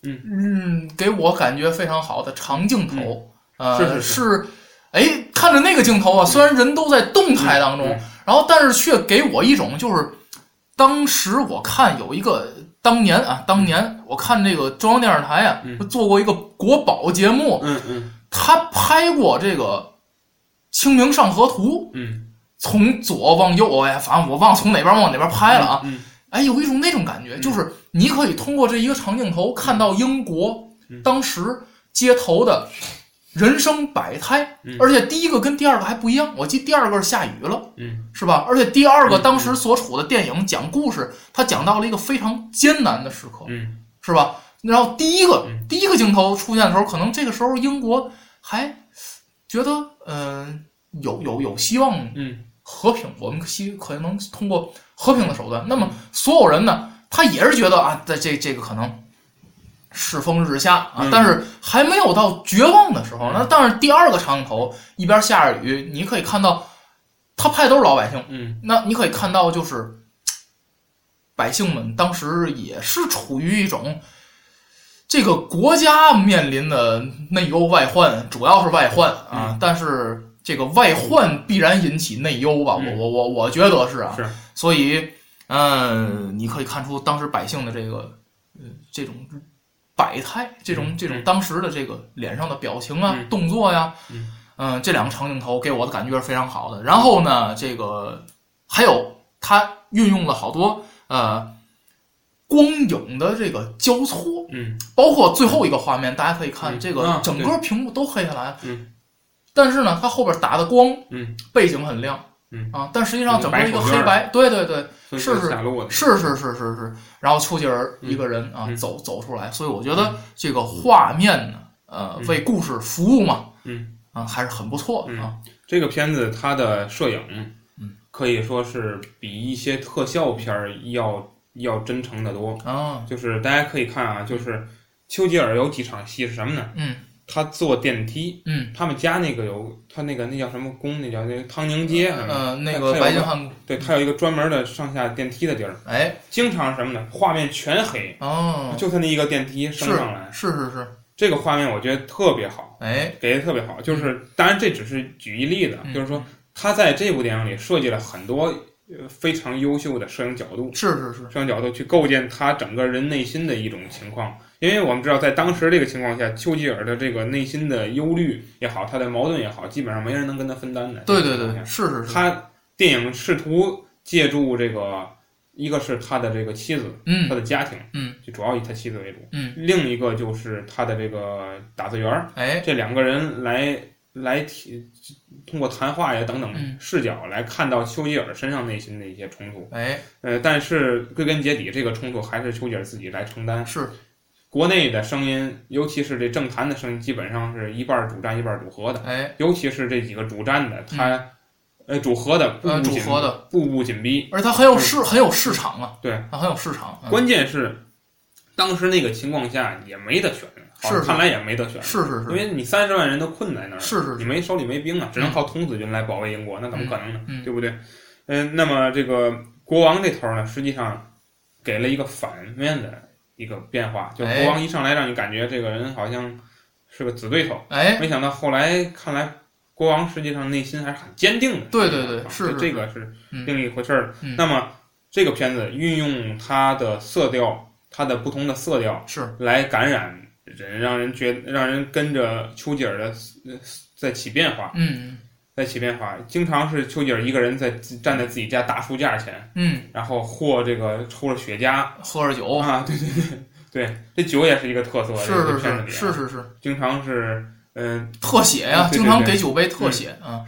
B: 嗯
A: 嗯给我感觉非常好的长镜头，呃
B: 嗯是是
A: 是。哎，看着那个镜头啊，虽然人都在动态当中，
B: 嗯
A: 然后但是却给我一种就是，当时我看有一个当年啊，当年我看这个中央电视台啊，
B: 嗯
A: 做过一个国宝节目，
B: 嗯嗯
A: 他拍过这个《清明上河图》，
B: 嗯，
A: 从左往右，哎，反正我忘从哪边往哪边拍了啊，
B: 嗯，
A: 哎，有一种那种感觉，就是你可以通过这一个长镜头看到英国
B: 嗯
A: 当时街头的人生百态
B: 嗯，
A: 而且第一个跟第二个还不一样，我记得第二个是下雨了。
B: 嗯
A: 是吧？而且第二个
B: 嗯
A: 当时所处的电影讲故事，它讲到了一个非常艰难的时刻，
B: 嗯
A: 是吧？然后第一个
B: 嗯
A: 第一个镜头出现的时候，可能这个时候英国还觉得，嗯、有有有希望
B: 嗯
A: 和平，我们希可能通过和平的手段。那么
B: 嗯
A: 所有人呢，他也是觉得啊，在这这个可能世风日下啊，
B: 嗯
A: 但是还没有到绝望的时候。
B: 嗯
A: 那但是第二个长镜头一边下着雨，你可以看到他拍的都是老百姓，
B: 嗯
A: 那你可以看到就是嘖百姓们当时也是处于一种。这个国家面临的内忧外患，主要是外患啊，
B: 嗯
A: 但是这个外患必然引起内忧吧，我
B: 嗯
A: 我我我觉得是啊，
B: 是
A: 所以，嗯，你可以看出当时百姓的这个，呃，这种百态，这种
B: 嗯
A: 这种
B: 嗯
A: 当时的这个脸上的表情啊、
B: 嗯
A: 动作呀，
B: 嗯
A: 嗯，这两个长镜头给我的感觉是非常好的。然后呢，这个还有它运用了好多呃光影的这个交错，
B: 嗯
A: 包括最后一个画面，大家可以看
B: 嗯
A: 这个
B: 啊
A: 整个屏幕都黑下来，
B: 嗯，
A: 但是呢，它后边打的光，
B: 嗯，
A: 背景很亮，
B: 嗯
A: 啊，但实际上整个一个
B: 白口
A: 黑
B: 边儿
A: 白，对对对，
B: 所以
A: 是是
B: 下路的，
A: 是是是是是，然后丘吉尔一个人啊
B: 嗯
A: 走走出来，所以我觉得这个画面呢，呃，
B: 嗯
A: 为故事服务嘛，
B: 嗯
A: 啊，还是很不错的啊，
B: 这个片子它的摄影
A: 嗯，
B: 可以说是比一些特效片儿要要真诚的多。
A: 啊，
B: 就是大家可以看啊，就是丘吉尔有几场戏是什么呢？
A: 嗯
B: 他坐电梯，
A: 嗯，
B: 他们家那个有他那个那叫什么宫，那叫那个唐宁街什么的。
A: 呃，那
B: 他
A: 个
B: 他有
A: 白金
B: 个
A: 汉宫，
B: 对，他有一个专门的上下电梯的地儿，
A: 哎，
B: 经常是什么呢？画面全黑，
A: 哦，
B: 就他那一个电梯升上来，
A: 是是是，
B: 这个画面我觉得特别好，
A: 哎，
B: 给的特别好。就是当然这只是举一例子，啊
A: 嗯
B: 就是说他在这部电影里设计了很多呃非常优秀的摄影角度，
A: 是是是，
B: 摄影角度去构建他整个人内心的一种情况。因为我们知道，在当时这个情况下，丘吉尔的这个内心的忧虑也好，他的矛盾也好，基本上没人能跟他分担的。
A: 对
B: 这个
A: 对
B: 情况
A: 对，
B: 下
A: 是是是，
B: 哎他电影试图借助这个，一个是他的这个妻子，他
A: 嗯
B: 的家庭，
A: 嗯，
B: 就主要以他妻子为主，
A: 嗯，
B: 另一个就是他的这个打字员儿，
A: 哎，
B: 这两个人来来提，通过谈话呀等等
A: 嗯
B: 视角来看到丘吉尔身上内心的一些冲突，
A: 哎，
B: 呃，但是归根结底，这个冲突还是丘吉尔自己来承担。
A: 是，
B: 国内的声音，尤其是这政坛的声音，基本上是一半儿主战一半儿主和的，
A: 哎，
B: 尤其是这几个主战的，他，呃，主和的步
A: 嗯呃，
B: 步
A: 主
B: 紧
A: 和的，
B: 步步紧逼，
A: 而它很有市很有市场啊，
B: 对，
A: 它很有市场，嗯
B: 关键是，当时那个情况下也没得选，好
A: 是是
B: 看来也没得选，
A: 是是
B: 因
A: 是，
B: 为你三十万人都困在那儿，
A: 是是
B: 你
A: 是，
B: 没手里没兵啊，只能靠童子军来保卫英国，那怎么可能呢？
A: 嗯嗯
B: 对不对？嗯，那么这个国王这头呢，实际上给了一个反面的一个变化，就
A: 哎
B: 国王一上来让你感觉这个人好像是个死对头，
A: 哎，
B: 没想到后来看来。国王实际上内心还是很坚定的，
A: 对对对
B: 啊
A: 是是
B: 这个是
A: 嗯
B: 另一回事儿。
A: 嗯
B: 那么这个片子运用它的色调，它的不同的色调
A: 是，
B: 来感染人，让人觉让人跟着丘吉尔的呃在起变化，
A: 嗯
B: 在起变化。经常是丘吉尔一个人在自站在自己家大书架前，
A: 嗯，
B: 然后或这个抽着雪茄
A: 喝着酒，
B: 啊， 对对对对，这酒也是一个特色。
A: 哦是
B: 这个
A: 是
B: 片子
A: 是
B: 里
A: 是
B: 啊
A: 是是，
B: 经常是嗯。
A: 特写呀，
B: 嗯对
A: 经
B: 对
A: 常
B: 对
A: 给酒杯特写啊，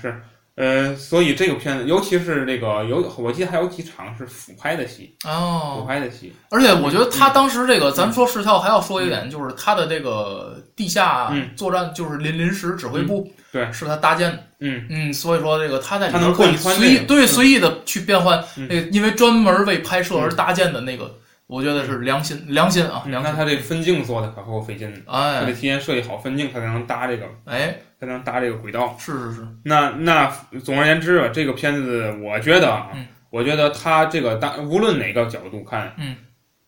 B: 呃，所以这个片子，尤其是这个有，我记得还有几场是俯拍的戏，俯
A: 哦，
B: 拍的戏，
A: 而且我觉得
B: 嗯
A: 他当时这个，咱们说时效还要说一点，就是他的这个地下
B: 嗯
A: 作战，就是临临时指挥部，
B: 对
A: 是他搭建的，
B: 嗯，
A: 嗯，所以说这个他在里
B: 他能
A: 面可以
B: 贯穿
A: 随意
B: 这个
A: 对
B: 嗯
A: 随意的去变换，
B: 嗯
A: 那个因为专门为拍摄而搭建的那个，我觉得是良心良心啊，良
B: 那
A: 心，
B: 他这分镜做的可够费劲的，他得
A: 哎
B: 提前设计好分镜，他才能搭这个，
A: 哎，
B: 才能搭这个轨道。
A: 是是是，
B: 那那总而言之吧，啊这个片子我觉得啊，
A: 嗯
B: 我觉得他这个当无论哪个角度看，
A: 嗯，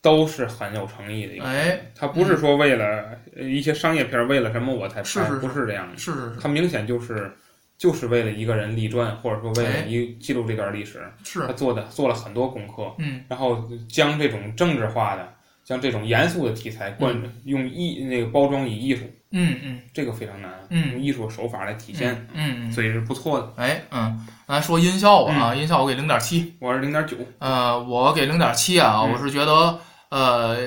B: 都是很有诚意的一个。
A: 哎，
B: 他不是说为了呃一些商业片儿，为了什么我才拍，
A: 是是是
B: 不是这样的。
A: 是是
B: 他明显就是就是为了一个人立传，或者说为
A: 哎
B: 了一记录这段历史，
A: 是
B: 他
A: 是，
B: 做的做了很多功课，
A: 嗯，
B: 然后将这种政治化的、将这种严肃的题材贯、用艺那个包装以艺术，
A: 嗯嗯
B: 这个非常难，啊
A: 嗯
B: 用艺术手法来体现，
A: 嗯嗯，
B: 所以是不错的。
A: 哎嗯，咱说音效
B: 嗯
A: 吧啊，音效我给零点七。
B: 我是零点九，
A: 呃，我给零点七啊，
B: 嗯
A: 我是觉得呃，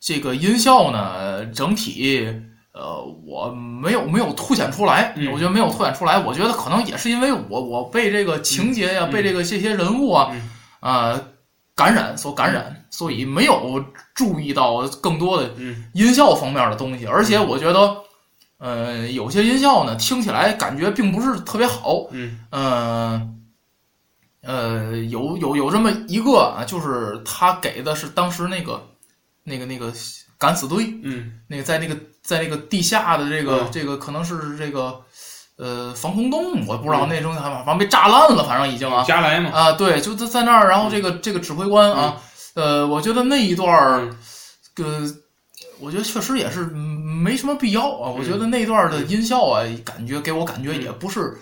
A: 这个音效呢，整体呃，我没有没有凸显出来，
B: 嗯
A: 我觉得没有凸显出来，我觉得可能也是因为我我被这个情节呀、
B: 嗯
A: 被这个这些人物啊，
B: 嗯
A: 呃感染所感染，所以没有注意到更多的
B: 嗯
A: 音效方面的东西，而且我觉得。呃，有些音效呢，听起来感觉并不是特别好，
B: 嗯
A: 呃，呃，有有有这么一个啊，就是他给的是当时那个那个那个敢死队，
B: 嗯
A: 那个在那个在那个地下的这个、
B: 嗯
A: 这个可能是这个呃防空洞，我不知道那种反正被炸烂了，反正已经啊
B: 加 莱嘛，
A: 啊对，就在在那儿，然后这个这个指挥官啊，呃，我觉得那一段儿
B: 嗯
A: 呃，我觉得确实也是没什么必要啊。我
B: 嗯
A: 觉得那段的音效啊，感觉给我感觉也不是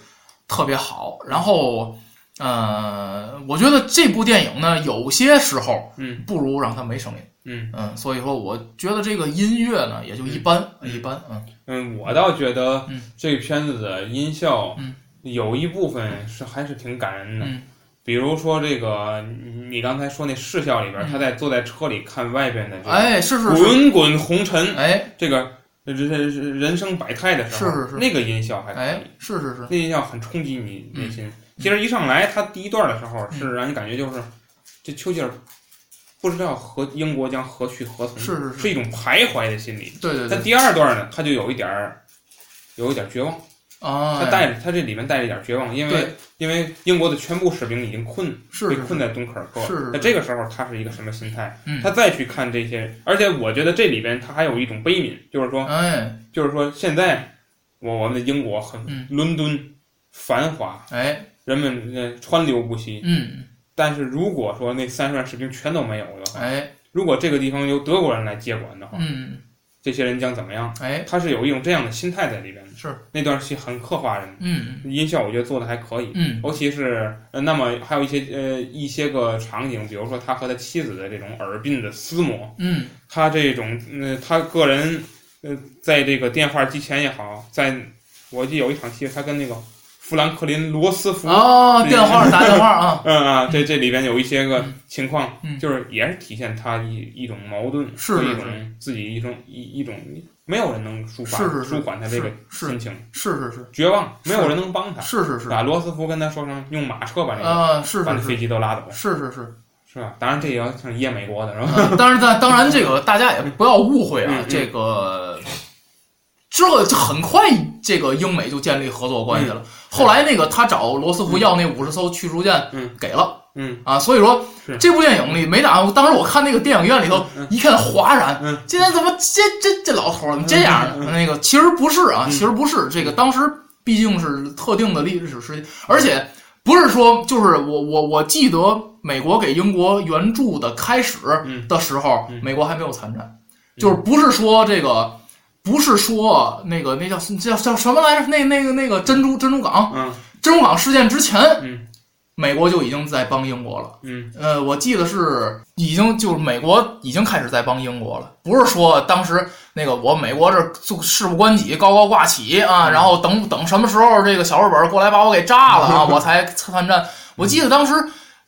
A: 特别好。然后，呃，我觉得这部电影呢，有些时候
B: 嗯
A: 不如让它没声音。
B: 嗯
A: 嗯，所以说我觉得这个音乐呢，也就一般，
B: 嗯
A: 一般。嗯，
B: 嗯，我倒觉得
A: 嗯
B: 这个片子的音效，
A: 嗯
B: 有一部分是还是挺感人的。
A: 嗯
B: 比如说这个，你你刚才说那视效里边，
A: 嗯
B: 他在坐在车里看外边的这个
A: 哎，是是是，
B: 滚滚红尘，
A: 哎
B: 这个人人人生百态的时候，
A: 是是是
B: 那个音效还可以，
A: 哎，是是是，
B: 那音效很冲击你
A: 嗯
B: 内心。其实一上来，他第一段的时候是让你感觉就是，这丘吉尔不知道和英国将何去何从，
A: 是是是
B: 一种徘徊的心理。
A: 对对
B: 但
A: 对，
B: 第二段呢，他就有一点儿，有一点儿绝望，
A: 啊，
B: 他带他这里面带着一点绝望，因为
A: 对
B: 因为英国的全部士兵已经困
A: 是
B: 被
A: 是
B: 困在敦刻尔克。
A: 是是
B: 那这个时候他是一个什么心态？
A: 嗯
B: 他再去看这些，而且我觉得这里边他还有一种悲悯，就是说，
A: 哎
B: 就是说现在我我们的英国很、
A: 嗯
B: 伦敦繁华，
A: 哎
B: 人们呃川流不息。
A: 嗯
B: 但是如果说那三十万士兵全都没有的话，
A: 哎
B: 如果这个地方由德国人来接管的话，
A: 嗯
B: 这些人将怎么样？
A: 哎
B: 他是有一种这样的心态在里边的。
A: 是
B: 那段戏很刻画人，
A: 嗯
B: 音效我觉得做的还可以。
A: 嗯
B: 尤其是呃，那么还有一些呃一些个场景，比如说他和他妻子的这种耳鬓的厮磨，
A: 嗯
B: 他这种呃他个人呃在这个电话机前也好，在我记得有一场戏，他跟那个富兰克林罗斯福，
A: 哦，
B: 对
A: 电话打电话啊，
B: 嗯啊，这这里边有一些个情况，
A: 嗯
B: 就是也是体现他一一种矛盾，
A: 是
B: 和
A: 是
B: 一种自己一种一一种没有人能抒发
A: 是是是
B: 舒缓他这个
A: 是
B: 心情，
A: 是是是
B: 绝望，
A: 是
B: 没有人能帮他。
A: 是是是
B: 把罗斯福跟他说成用马车把那个、
A: 啊，是
B: 把那
A: 是
B: 飞
A: 是
B: 机都拉走，
A: 是是是。
B: 是吧？当然这也要像噎美国的是吧？
A: 啊当然，当当然，这个大家也不要误会啊
B: 嗯，嗯
A: 这个之后就很快，这个英美就建立合作关系了。后来那个他找罗斯福要那五十艘驱逐舰
B: 嗯，
A: 给了
B: 嗯
A: 啊，所以说
B: 是
A: 这部电影里没打，当时我看那个电影院里头
B: 嗯
A: 一看哗然，
B: 嗯
A: 今天怎么这这这老头儿怎么这样呢？那个其实不是啊，
B: 嗯
A: 其实不是，这个当时毕竟是特定的历史时期，而且不是说就是我我我记得美国给英国援助的开始
B: 嗯
A: 的时候
B: 嗯，
A: 美国还没有参战，就是不是说这个。不是说那个那叫叫叫什么来着？那那个那个珍珠珍珠港
B: 嗯
A: 珍珠港事件之前，
B: 嗯
A: 美国就已经在帮英国了。
B: 嗯
A: 呃，我记得是已经就是美国已经开始在帮英国了，不是说当时那个我美国这儿做事不关己，高高挂起啊，然后等等什么时候这个小日本过来把我给炸了啊，我才参战。我记得当时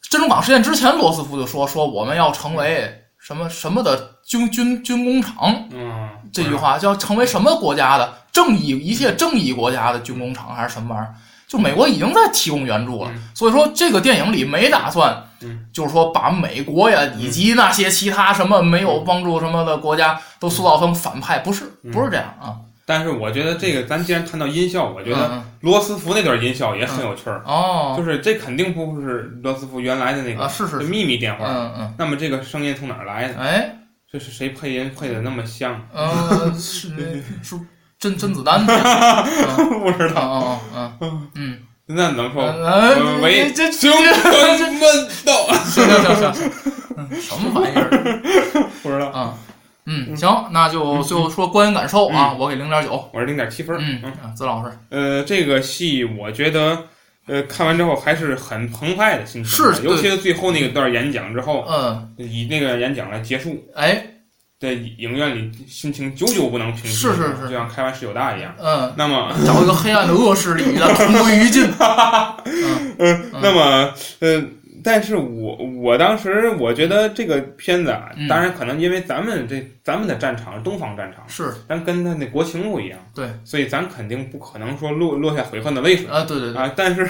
A: 珍珠港事件之前，罗斯福就说说我们要成为什么什么的军军军工厂
B: 嗯，
A: 这句话，就要成为什么国家的正义一切正义国家的军工厂还是什么玩意儿？就美国已经在提供援助了，
B: 嗯
A: 所以说这个电影里没打算
B: 嗯，
A: 就是说把美国呀以及那些其他什么没有帮助什么的国家都塑造成反派，不是
B: 嗯
A: 不是这样啊？
B: 但是我觉得这个，咱既然谈到音效，我觉得
A: 嗯
B: 罗斯福那段音效也很有趣儿，
A: 哦
B: 就是这肯定不是罗斯福原来的那
A: 啊
B: 个
A: 是是是
B: 秘密电话。
A: 嗯嗯
B: 那么这个声音从哪儿来的？
A: 哎
B: 这是谁配音配的那么像？
A: 呃是是甄甄子丹
B: 不知道。
A: 哦哦嗯嗯
B: 那能说
A: 嗯
B: 喂
A: 这
B: 兄弟们到？
A: 行行行行行，嗯什么玩意儿？
B: 不知道。
A: 啊，嗯，行，那就最后说观影感受啊，我给零点九。
B: 嗯我是零点七分儿。
A: 嗯，啊子老师
B: 呃，这个戏我觉得，呃，看完之后还是很澎湃的心情的，
A: 是
B: 尤其是最后那段演讲之后，
A: 嗯，
B: 以那个演讲来结束，
A: 哎，
B: 在影院里心情久久不能平息，
A: 是是是
B: 就像开完十九大一样。
A: 嗯，
B: 那么，
A: 找一个黑暗的恶势力与他同归于尽。 嗯
B: 嗯
A: 嗯
B: 那么，呃，但是我我当时我觉得这个片子啊
A: 嗯，
B: 当然可能因为咱们这咱们的战场是东方战场，
A: 是，
B: 咱跟他那国情不一样，
A: 对，
B: 所以咱肯定不可能说落落下悔恨的泪水。
A: 啊，对对对，
B: 啊，但是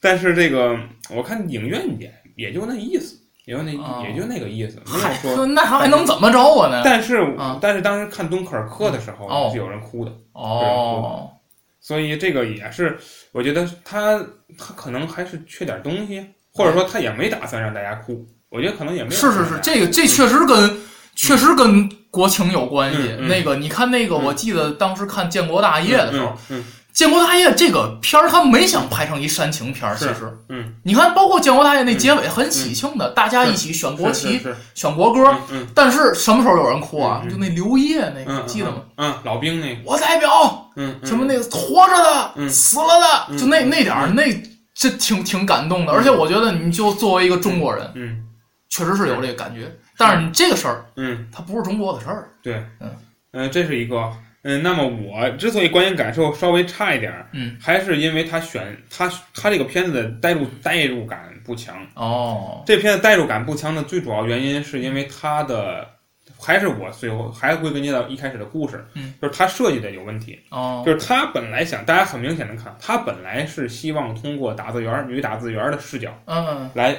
B: 但是这个我看影院也也就那意思，也就那、
A: 哦哎
B: 也就那个 意思，没有
A: 嗨
B: 说。
A: 那还能怎么着我呢？
B: 但是、
A: 啊
B: 但是当时看敦刻尔克的时候、
A: 哦
B: 是有人哭的，
A: 哦，
B: 所以这个也是我觉得他他可能还是缺点东西，或者说他也没打算让大家哭，我觉得可能也没有
A: 哦是是
B: 想
A: 是，
B: 让大家
A: 这个这确实跟确实跟国情有关系。
B: 嗯嗯
A: 那个你看那个，
B: 嗯
A: 我记得当时看《建国大业》的时候，
B: 嗯
A: 建国大业》这个片儿，他没想拍成一煽情片儿，其
B: 是
A: 实，
B: 嗯，
A: 你看，包括《建国大业》那结尾很喜庆的，大家一起选
B: 嗯，
A: 国
B: 是
A: 旗、
B: 是是
A: 选国歌，
B: 嗯嗯
A: 但是什么时候有人哭啊？
B: 嗯嗯
A: 就那刘烨那个，
B: 嗯，
A: 记得吗？
B: 嗯？嗯，老兵那个，
A: 我代表
B: 嗯，嗯
A: 什么那个活着的、
B: 嗯
A: 死了的，
B: 嗯
A: 就那
B: 嗯
A: 那点儿那。这挺挺感动的，
B: 嗯
A: 而且我觉得你就作为一个中国人，
B: 嗯
A: 确实是有这个感觉。但是你这个事儿，
B: 嗯，
A: 它不是中国的事儿。
B: 嗯，这是一个。嗯，那么我之所以观影感受稍微差一点儿，
A: 嗯，
B: 还是因为他选他他这个片子的代入代入感不强。
A: 哦，
B: 这片子代入感不强的最主要原因是因为它的还是我最后还归根结到一开始的故事，
A: 嗯，
B: 就是他设计的有问题。
A: 哦，
B: 就是他本来想，大家很明显的看，他本来是希望通过打字员儿女打字员儿的视角
A: 嗯，
B: 来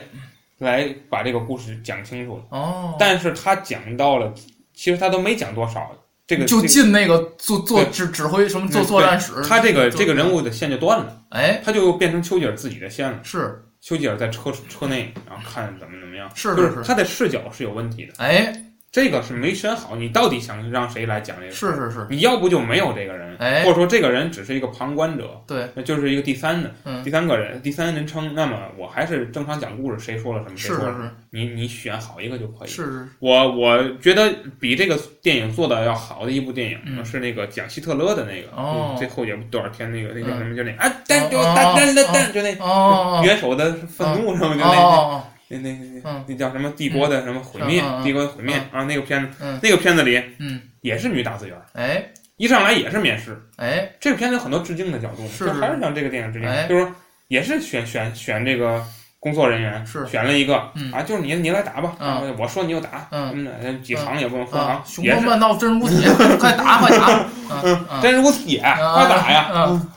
B: 来把这个故事讲清楚的，
A: 哦，
B: 但是他讲到了，其实他都没讲多少，这个
A: 就
B: 这个
A: 进那个做做
B: 对
A: 指指挥什么做
B: 对
A: 作战史，
B: 他这个
A: 就
B: 这个人物的线就断了，
A: 哎
B: 他就变成丘吉尔自己的线了。
A: 是
B: 丘吉尔在车车内，然后看怎么怎么样，
A: 是
B: 就是
A: 是
B: 他的视角是有问题的，
A: 哎
B: 这个是没选好，你到底想让谁来讲这个？
A: 是是是，
B: 你要不就没有这个人，
A: 哎
B: 或者说这个人只是一个旁观者，
A: 对
B: 那就是一个第三的、
A: 嗯
B: 第三个人、第三人称。那么我还是正常讲故事，谁说了什么，谁
A: 是是
B: 说了什么，
A: 是
B: 你你选好一个就可以。
A: 是是
B: 我我觉得比这个电影做的要好的一部电影、
A: 嗯
B: 是那个讲希特勒的那个，
A: 哦
B: 嗯最后也不多少天那个那
A: 嗯
B: 叫什么，就那啊，但就
A: 哦
B: 但但
A: 哦
B: 但但就那。
A: 哦哦
B: 元首的愤怒什
A: 哦
B: 么就那那
A: 哦
B: 那那
A: 嗯
B: 那那叫什么帝国的什么毁灭
A: 嗯嗯嗯，
B: 帝国的毁灭啊那个片子
A: 嗯
B: 那个片子里
A: 嗯
B: 也是女大自圆，
A: 哎
B: 一上来也是面试，
A: 哎
B: 这个片子有很多致敬的角度，
A: 是
B: 就是还是向这个电影致敬，
A: 哎
B: 就是说也是选选选这个工作人员，
A: 是
B: 选了一个、
A: 嗯
B: 啊，就是你你来打吧，
A: 嗯
B: 啊我说你就打，
A: 嗯
B: 嗯，几行也不能说行，
A: 啊，雄
B: 也
A: 风
B: 是
A: 漫道真如铁，快打快 打，嗯嗯
B: 真如铁，快打呀，
A: 嗯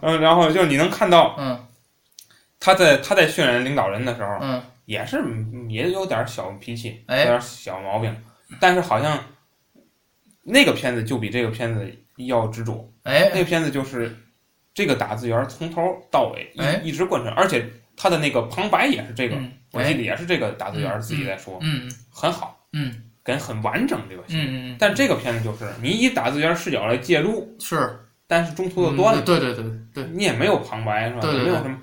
B: 嗯，然后就是你能看到
A: 嗯
B: 他在他在渲染领导人的时候，
A: 嗯，
B: 也是嗯也有点小脾气，有
A: 哎
B: 点小毛病，但是好像那个片子就比这个片子要执着，那
A: 哎
B: 个片子就是这个打字员从头到尾一、
A: 哎
B: 一直贯穿，而且他的那个旁白也是这个，
A: 嗯
B: 我记得也是这个打字员自己在说，
A: 嗯
B: 很好，
A: 嗯
B: 跟很完整这个
A: 嗯
B: 戏。
A: 嗯
B: 但这个片子就是你以打字员视角来介入，
A: 嗯是
B: 但是中途就断了，
A: 对对对嗯对，
B: 你也没有旁白是吧？
A: 对对对
B: 也没有什么。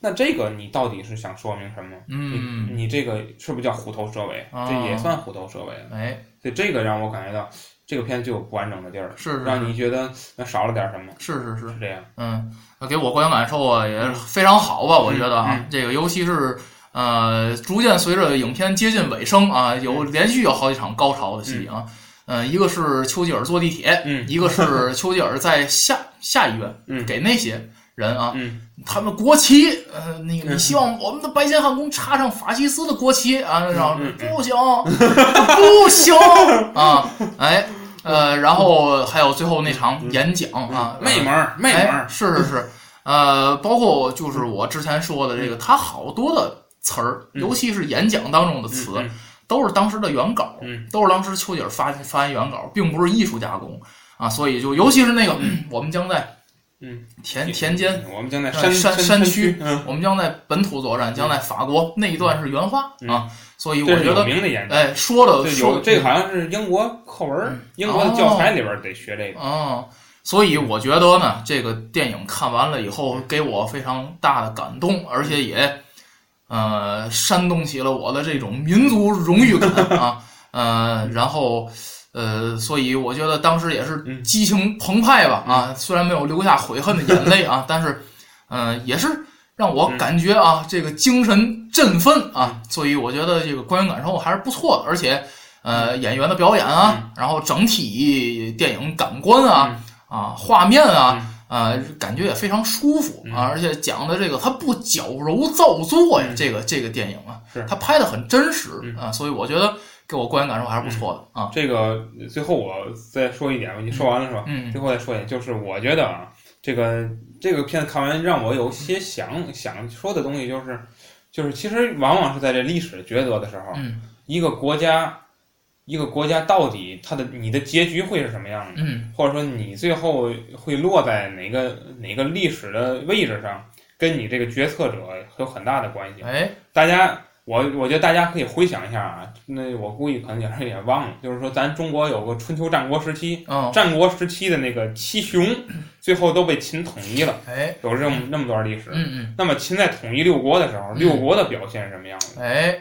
B: 那这个你到底是想说明什么？你
A: 嗯
B: 你这个是不是叫虎头蛇尾？
A: 啊
B: 这也算虎头蛇尾了。
A: 哎
B: 所以这个让我感觉到这个片子就有不完整的地儿，
A: 是
B: 让
A: 是
B: 你觉得那少了点什么，
A: 是是是。
B: 是这样。
A: 嗯，给我观影感受啊也是非常好吧，我觉得啊，
B: 嗯
A: 这个尤其是呃，逐渐随着影片接近尾声啊，有
B: 嗯
A: 连续有好几场高潮的戏啊，嗯、一个是丘吉尔坐地铁，
B: 嗯
A: 一个是丘吉尔在 下下议院、
B: 嗯
A: 给那些人啊，
B: 嗯。
A: 他们国旗，呃，那个你
B: 嗯
A: 希望我们的白金汉宫插上法西斯的国旗啊，然后
B: 嗯
A: 不行，不 行啊，哎，呃，然后还有最后那场演讲啊，
B: 嗯妹们儿，妹们
A: 哎
B: 儿，，
A: 是是是，呃，包括就是我之前说的这个，它好多的词儿，
B: 嗯
A: 尤其是演讲当中的词，
B: 嗯
A: 都是当时的原稿，
B: 嗯
A: 都是当时丘吉尔发发言原稿，并不是艺术加工啊，所以就尤其是那个，我们将在
B: 嗯，
A: 田哎田间，
B: 我们将在
A: 呃
B: 山
A: 山
B: 山
A: 山区哎
B: 嗯，
A: 我们将在本土作战，将在法国那一段是原话
B: 嗯
A: 啊，所以
B: 这
A: 我
B: 是
A: 觉
B: 有
A: 得，
B: 名的演讲，
A: 哎，说了
B: 这
A: 说
B: 有这个好像是英国课文
A: 嗯，
B: 英国的教材里边得学这个。
A: 哦，所以我觉得呢，这个电影看完了以后，给我非常大的感动，而且也，呃，煽动起了我的这种民族荣誉感啊， 呃，然后，呃，所以我觉得当时也是
B: 嗯
A: 激情澎湃吧，啊，虽然没有流下悔恨的眼泪啊，但是，呃，也是。让我感觉啊，这个精神振奋
B: 嗯
A: 啊，所以我觉得这个观影感受还是不错的，而且
B: 嗯
A: 呃演员的表演啊，然后整体电影感官啊、
B: 嗯
A: 啊画面啊、呃感觉也非常舒服
B: 嗯
A: 啊，而且讲的这个它不矫揉造作呀，这个这个电影啊
B: 是，
A: 它拍的很真实
B: 嗯
A: 啊，所以我觉得给我观影感受还是不错的啊，
B: 这个最后我再说一点吧，你说完了是吧？
A: 嗯
B: 最后再说一点，就是我觉得啊，这个这个片子看完让我有些想想说的东西，就是就是其实往往是在这历史抉择的时候，
A: 嗯
B: 一个国家一个国家到底它的你的结局会是什么样的？
A: 嗯
B: 或者说你最后会落在哪个哪个历史的位置上，跟你这个决策者有很大的关系。
A: 哎
B: 大家，我我觉得大家可以回想一下啊，那我估计可能有人也 忘了，就是说咱中国有个春秋战国时期，
A: 嗯
B: 战国时期的那个七雄，最后都被秦统一了，
A: 哎
B: 有这么那么段历史。
A: 嗯
B: 那么秦在统一六国的时候，
A: 嗯
B: 六国的表现是什么样的？
A: 嗯哎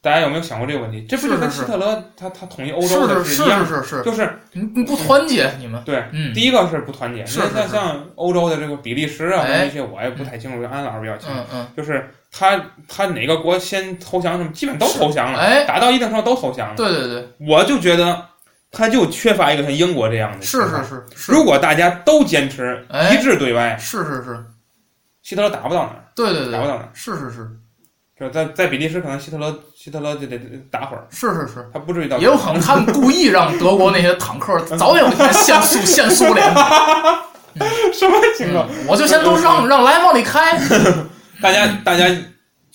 B: 大家有没有想过这个问题？这不就是跟
A: 是是
B: 希特勒他他统一欧
A: 是
B: 洲的
A: 是
B: 一样
A: 是
B: 的？
A: 是是，
B: 就是
A: 你你不团结你们
B: 对，
A: 嗯
B: 第一个是不团结，
A: 是
B: 因为
A: 是
B: 像
A: 是
B: 像欧洲的这个比利时啊，
A: 哎
B: 那些我也不太清楚，安老师比较清楚，
A: 嗯嗯
B: 就是他他哪个国先投降什么，基本都投降了，
A: 哎
B: 打到一定程度都投降了。
A: 对对对
B: 我就觉得他就缺乏一个像英国这样的情
A: 是
B: 况，
A: 是是是
B: 如果大家都坚持
A: 哎
B: 一致对外，
A: 是是是
B: 希特勒打不到哪儿，
A: 对对
B: 打不
A: 对
B: 到哪儿。
A: 是是是
B: 就是在在比利时，可能希特勒希特勒就得打会儿，
A: 是是是。
B: 他不至于到
A: 也有可能他们故意让德国那些坦 克早点限速限苏联，
B: 什么情况。嗯
A: 嗯我就先都让让来往里开。
B: 大家大家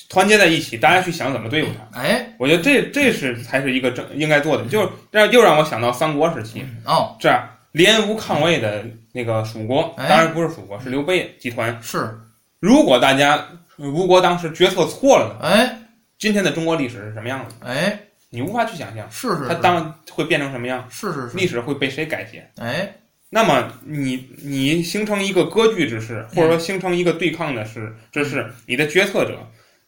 B: 团结在一起，大家去想怎么对付他。
A: 哎，
B: 我觉得这这是才是一个正应该做的，就是让又让我想到三国时期，
A: 哦，
B: 这样联吴抗魏的那个蜀国，
A: 哎
B: 当然不是蜀国，是刘备集团。
A: 是，
B: 如果大家呃吴国当时决策错了呢，
A: 哎，
B: 今天的中国历史是什么样子？
A: 哎，
B: 你无法去想象，
A: 是是，
B: 它
A: 是
B: 当会变成什么样，
A: 是是是，
B: 历史会被谁改写。
A: 哎，
B: 那么你你形成一个割据之势，或
A: 嗯
B: 者说形成一个对抗的势之势，你的决策者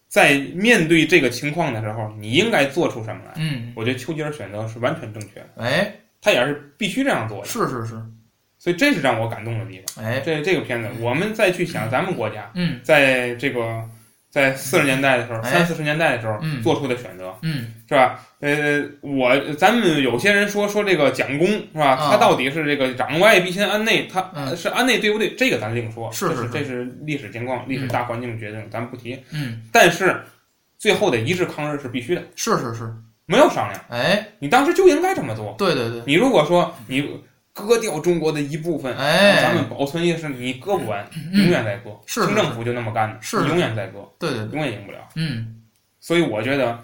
B: 在面对这个情况的时候，你应该做出什么来？
A: 嗯，
B: 我觉得丘吉尔选择是完全正确的，
A: 哎，
B: 他也是必须这样做的，
A: 是是是，
B: 所以这是让我感动的地方。
A: 哎，
B: 这这个片子，我们再去想咱们国家
A: 嗯
B: 在这个在四十年代的时候，
A: 哎
B: 三四十年代的时候
A: 嗯
B: 做出的选择，
A: 嗯，
B: 是吧？呃，我咱们有些人说说这个蒋公是吧？
A: 啊
B: 他到底是这个攘外必先安内，他
A: 嗯
B: 是安内对不对？这个咱另说，
A: 是
B: 这
A: 是
B: 是这是历史情况、历史大环境决定，咱们不提。
A: 嗯，
B: 但是最后的一致抗日是必须的，
A: 是是是，
B: 没有商量，
A: 哎，
B: 你当时就应该这么做。
A: 对对对，
B: 你如果说你割掉中国的一部分，
A: 哎嗯
B: 咱们保存一是你割不完，永远在割。
A: 是是
B: 清政府就那么干的，
A: 是是
B: 你永远在割，
A: 对对对，
B: 永远赢不了。
A: 嗯
B: 所以我觉得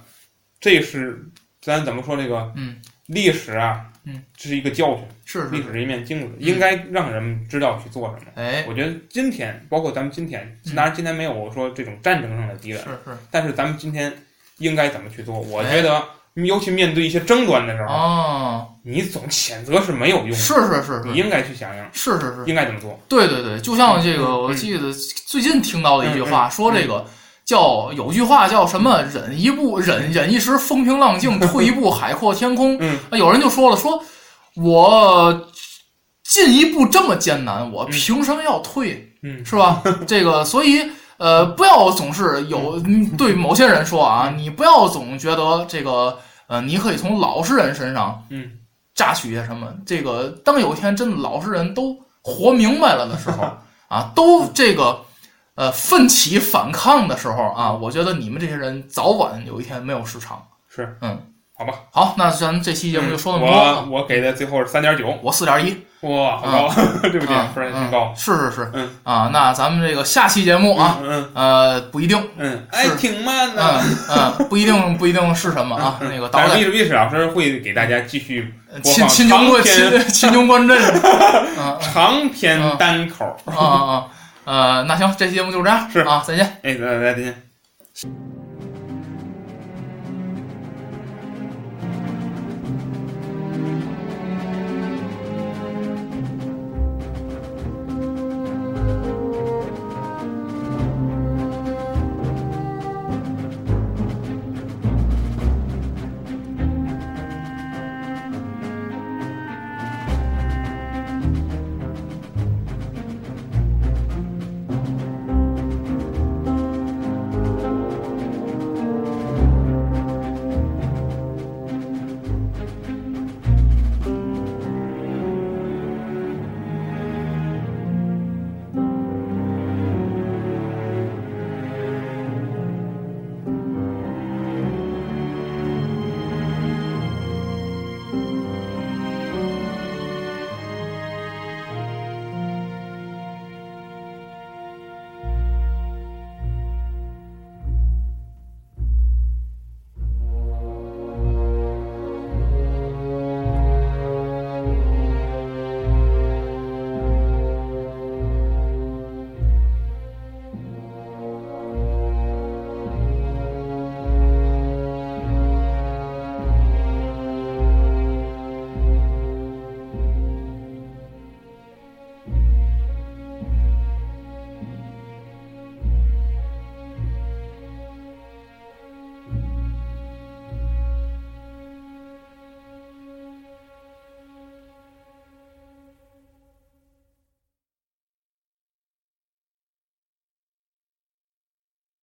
B: 这是咱怎么说这个，
A: 嗯，
B: 历史啊，
A: 嗯，
B: 这是一个教训，
A: 是
B: 历
A: 是，
B: 史是一面镜子，应该让人们知道去做什么。
A: 哎，
B: 我觉得今天，包括咱们今天，
A: 嗯
B: 当然今天没有说这种战争上的敌
A: 是
B: 人，
A: 是，
B: 但是咱们今天应该怎么去做？我
A: 哎
B: 觉得，尤其面对一些争端的时候，
A: 哦，
B: 你总谴责是没有用
A: 是
B: 的，
A: 是是
B: 你
A: 是。
B: 应该去想想
A: 是是是，
B: 应该怎么做。
A: 对对对，就像这个，
B: 嗯
A: 我记得最近听到的一句话，说这个叫有句话叫什么“忍一步，忍忍一时风平浪静，退一步海阔天空”，
B: 嗯，
A: 啊，有人就说了，说我进一步这么艰难，我凭什么要退？
B: 嗯
A: 是吧？ 这个，所以呃，不要总是有嗯对某些人说啊，你不要总觉得这个呃，你可以从老实人身上
B: 嗯
A: 榨取些什么。这个，当有一天真的老实人都活明白了的时候啊，都这个。呃，奋起反抗的时候啊，我觉得你们这些人早晚有一天没有市场。
B: 是，
A: 嗯，
B: 好吧，嗯
A: 好，那咱们这期节目就说那么多。
B: 我我给的最后是三点九，
A: 我四点一，
B: 哇，好
A: 啊
B: 高，这部电影分儿也挺高。
A: 嗯是是是，
B: 嗯
A: 啊，那咱们这个下期节目啊，
B: 嗯嗯
A: 呃，不一定，
B: 嗯，哎，
A: 是
B: 挺慢的。
A: 嗯嗯，不一定 不一定是什么啊，那个导
B: 嗯但是
A: 演呃
B: 历史历史老师会给大家继续播
A: 秦
B: 放
A: 秦琼观
B: 长篇
A: 秦秦琼观阵，啊
B: 长篇单口。
A: 啊啊，啊呃，那行，这期节目就这样，
B: 是
A: 啊，再见。
B: 哎，来来，再见。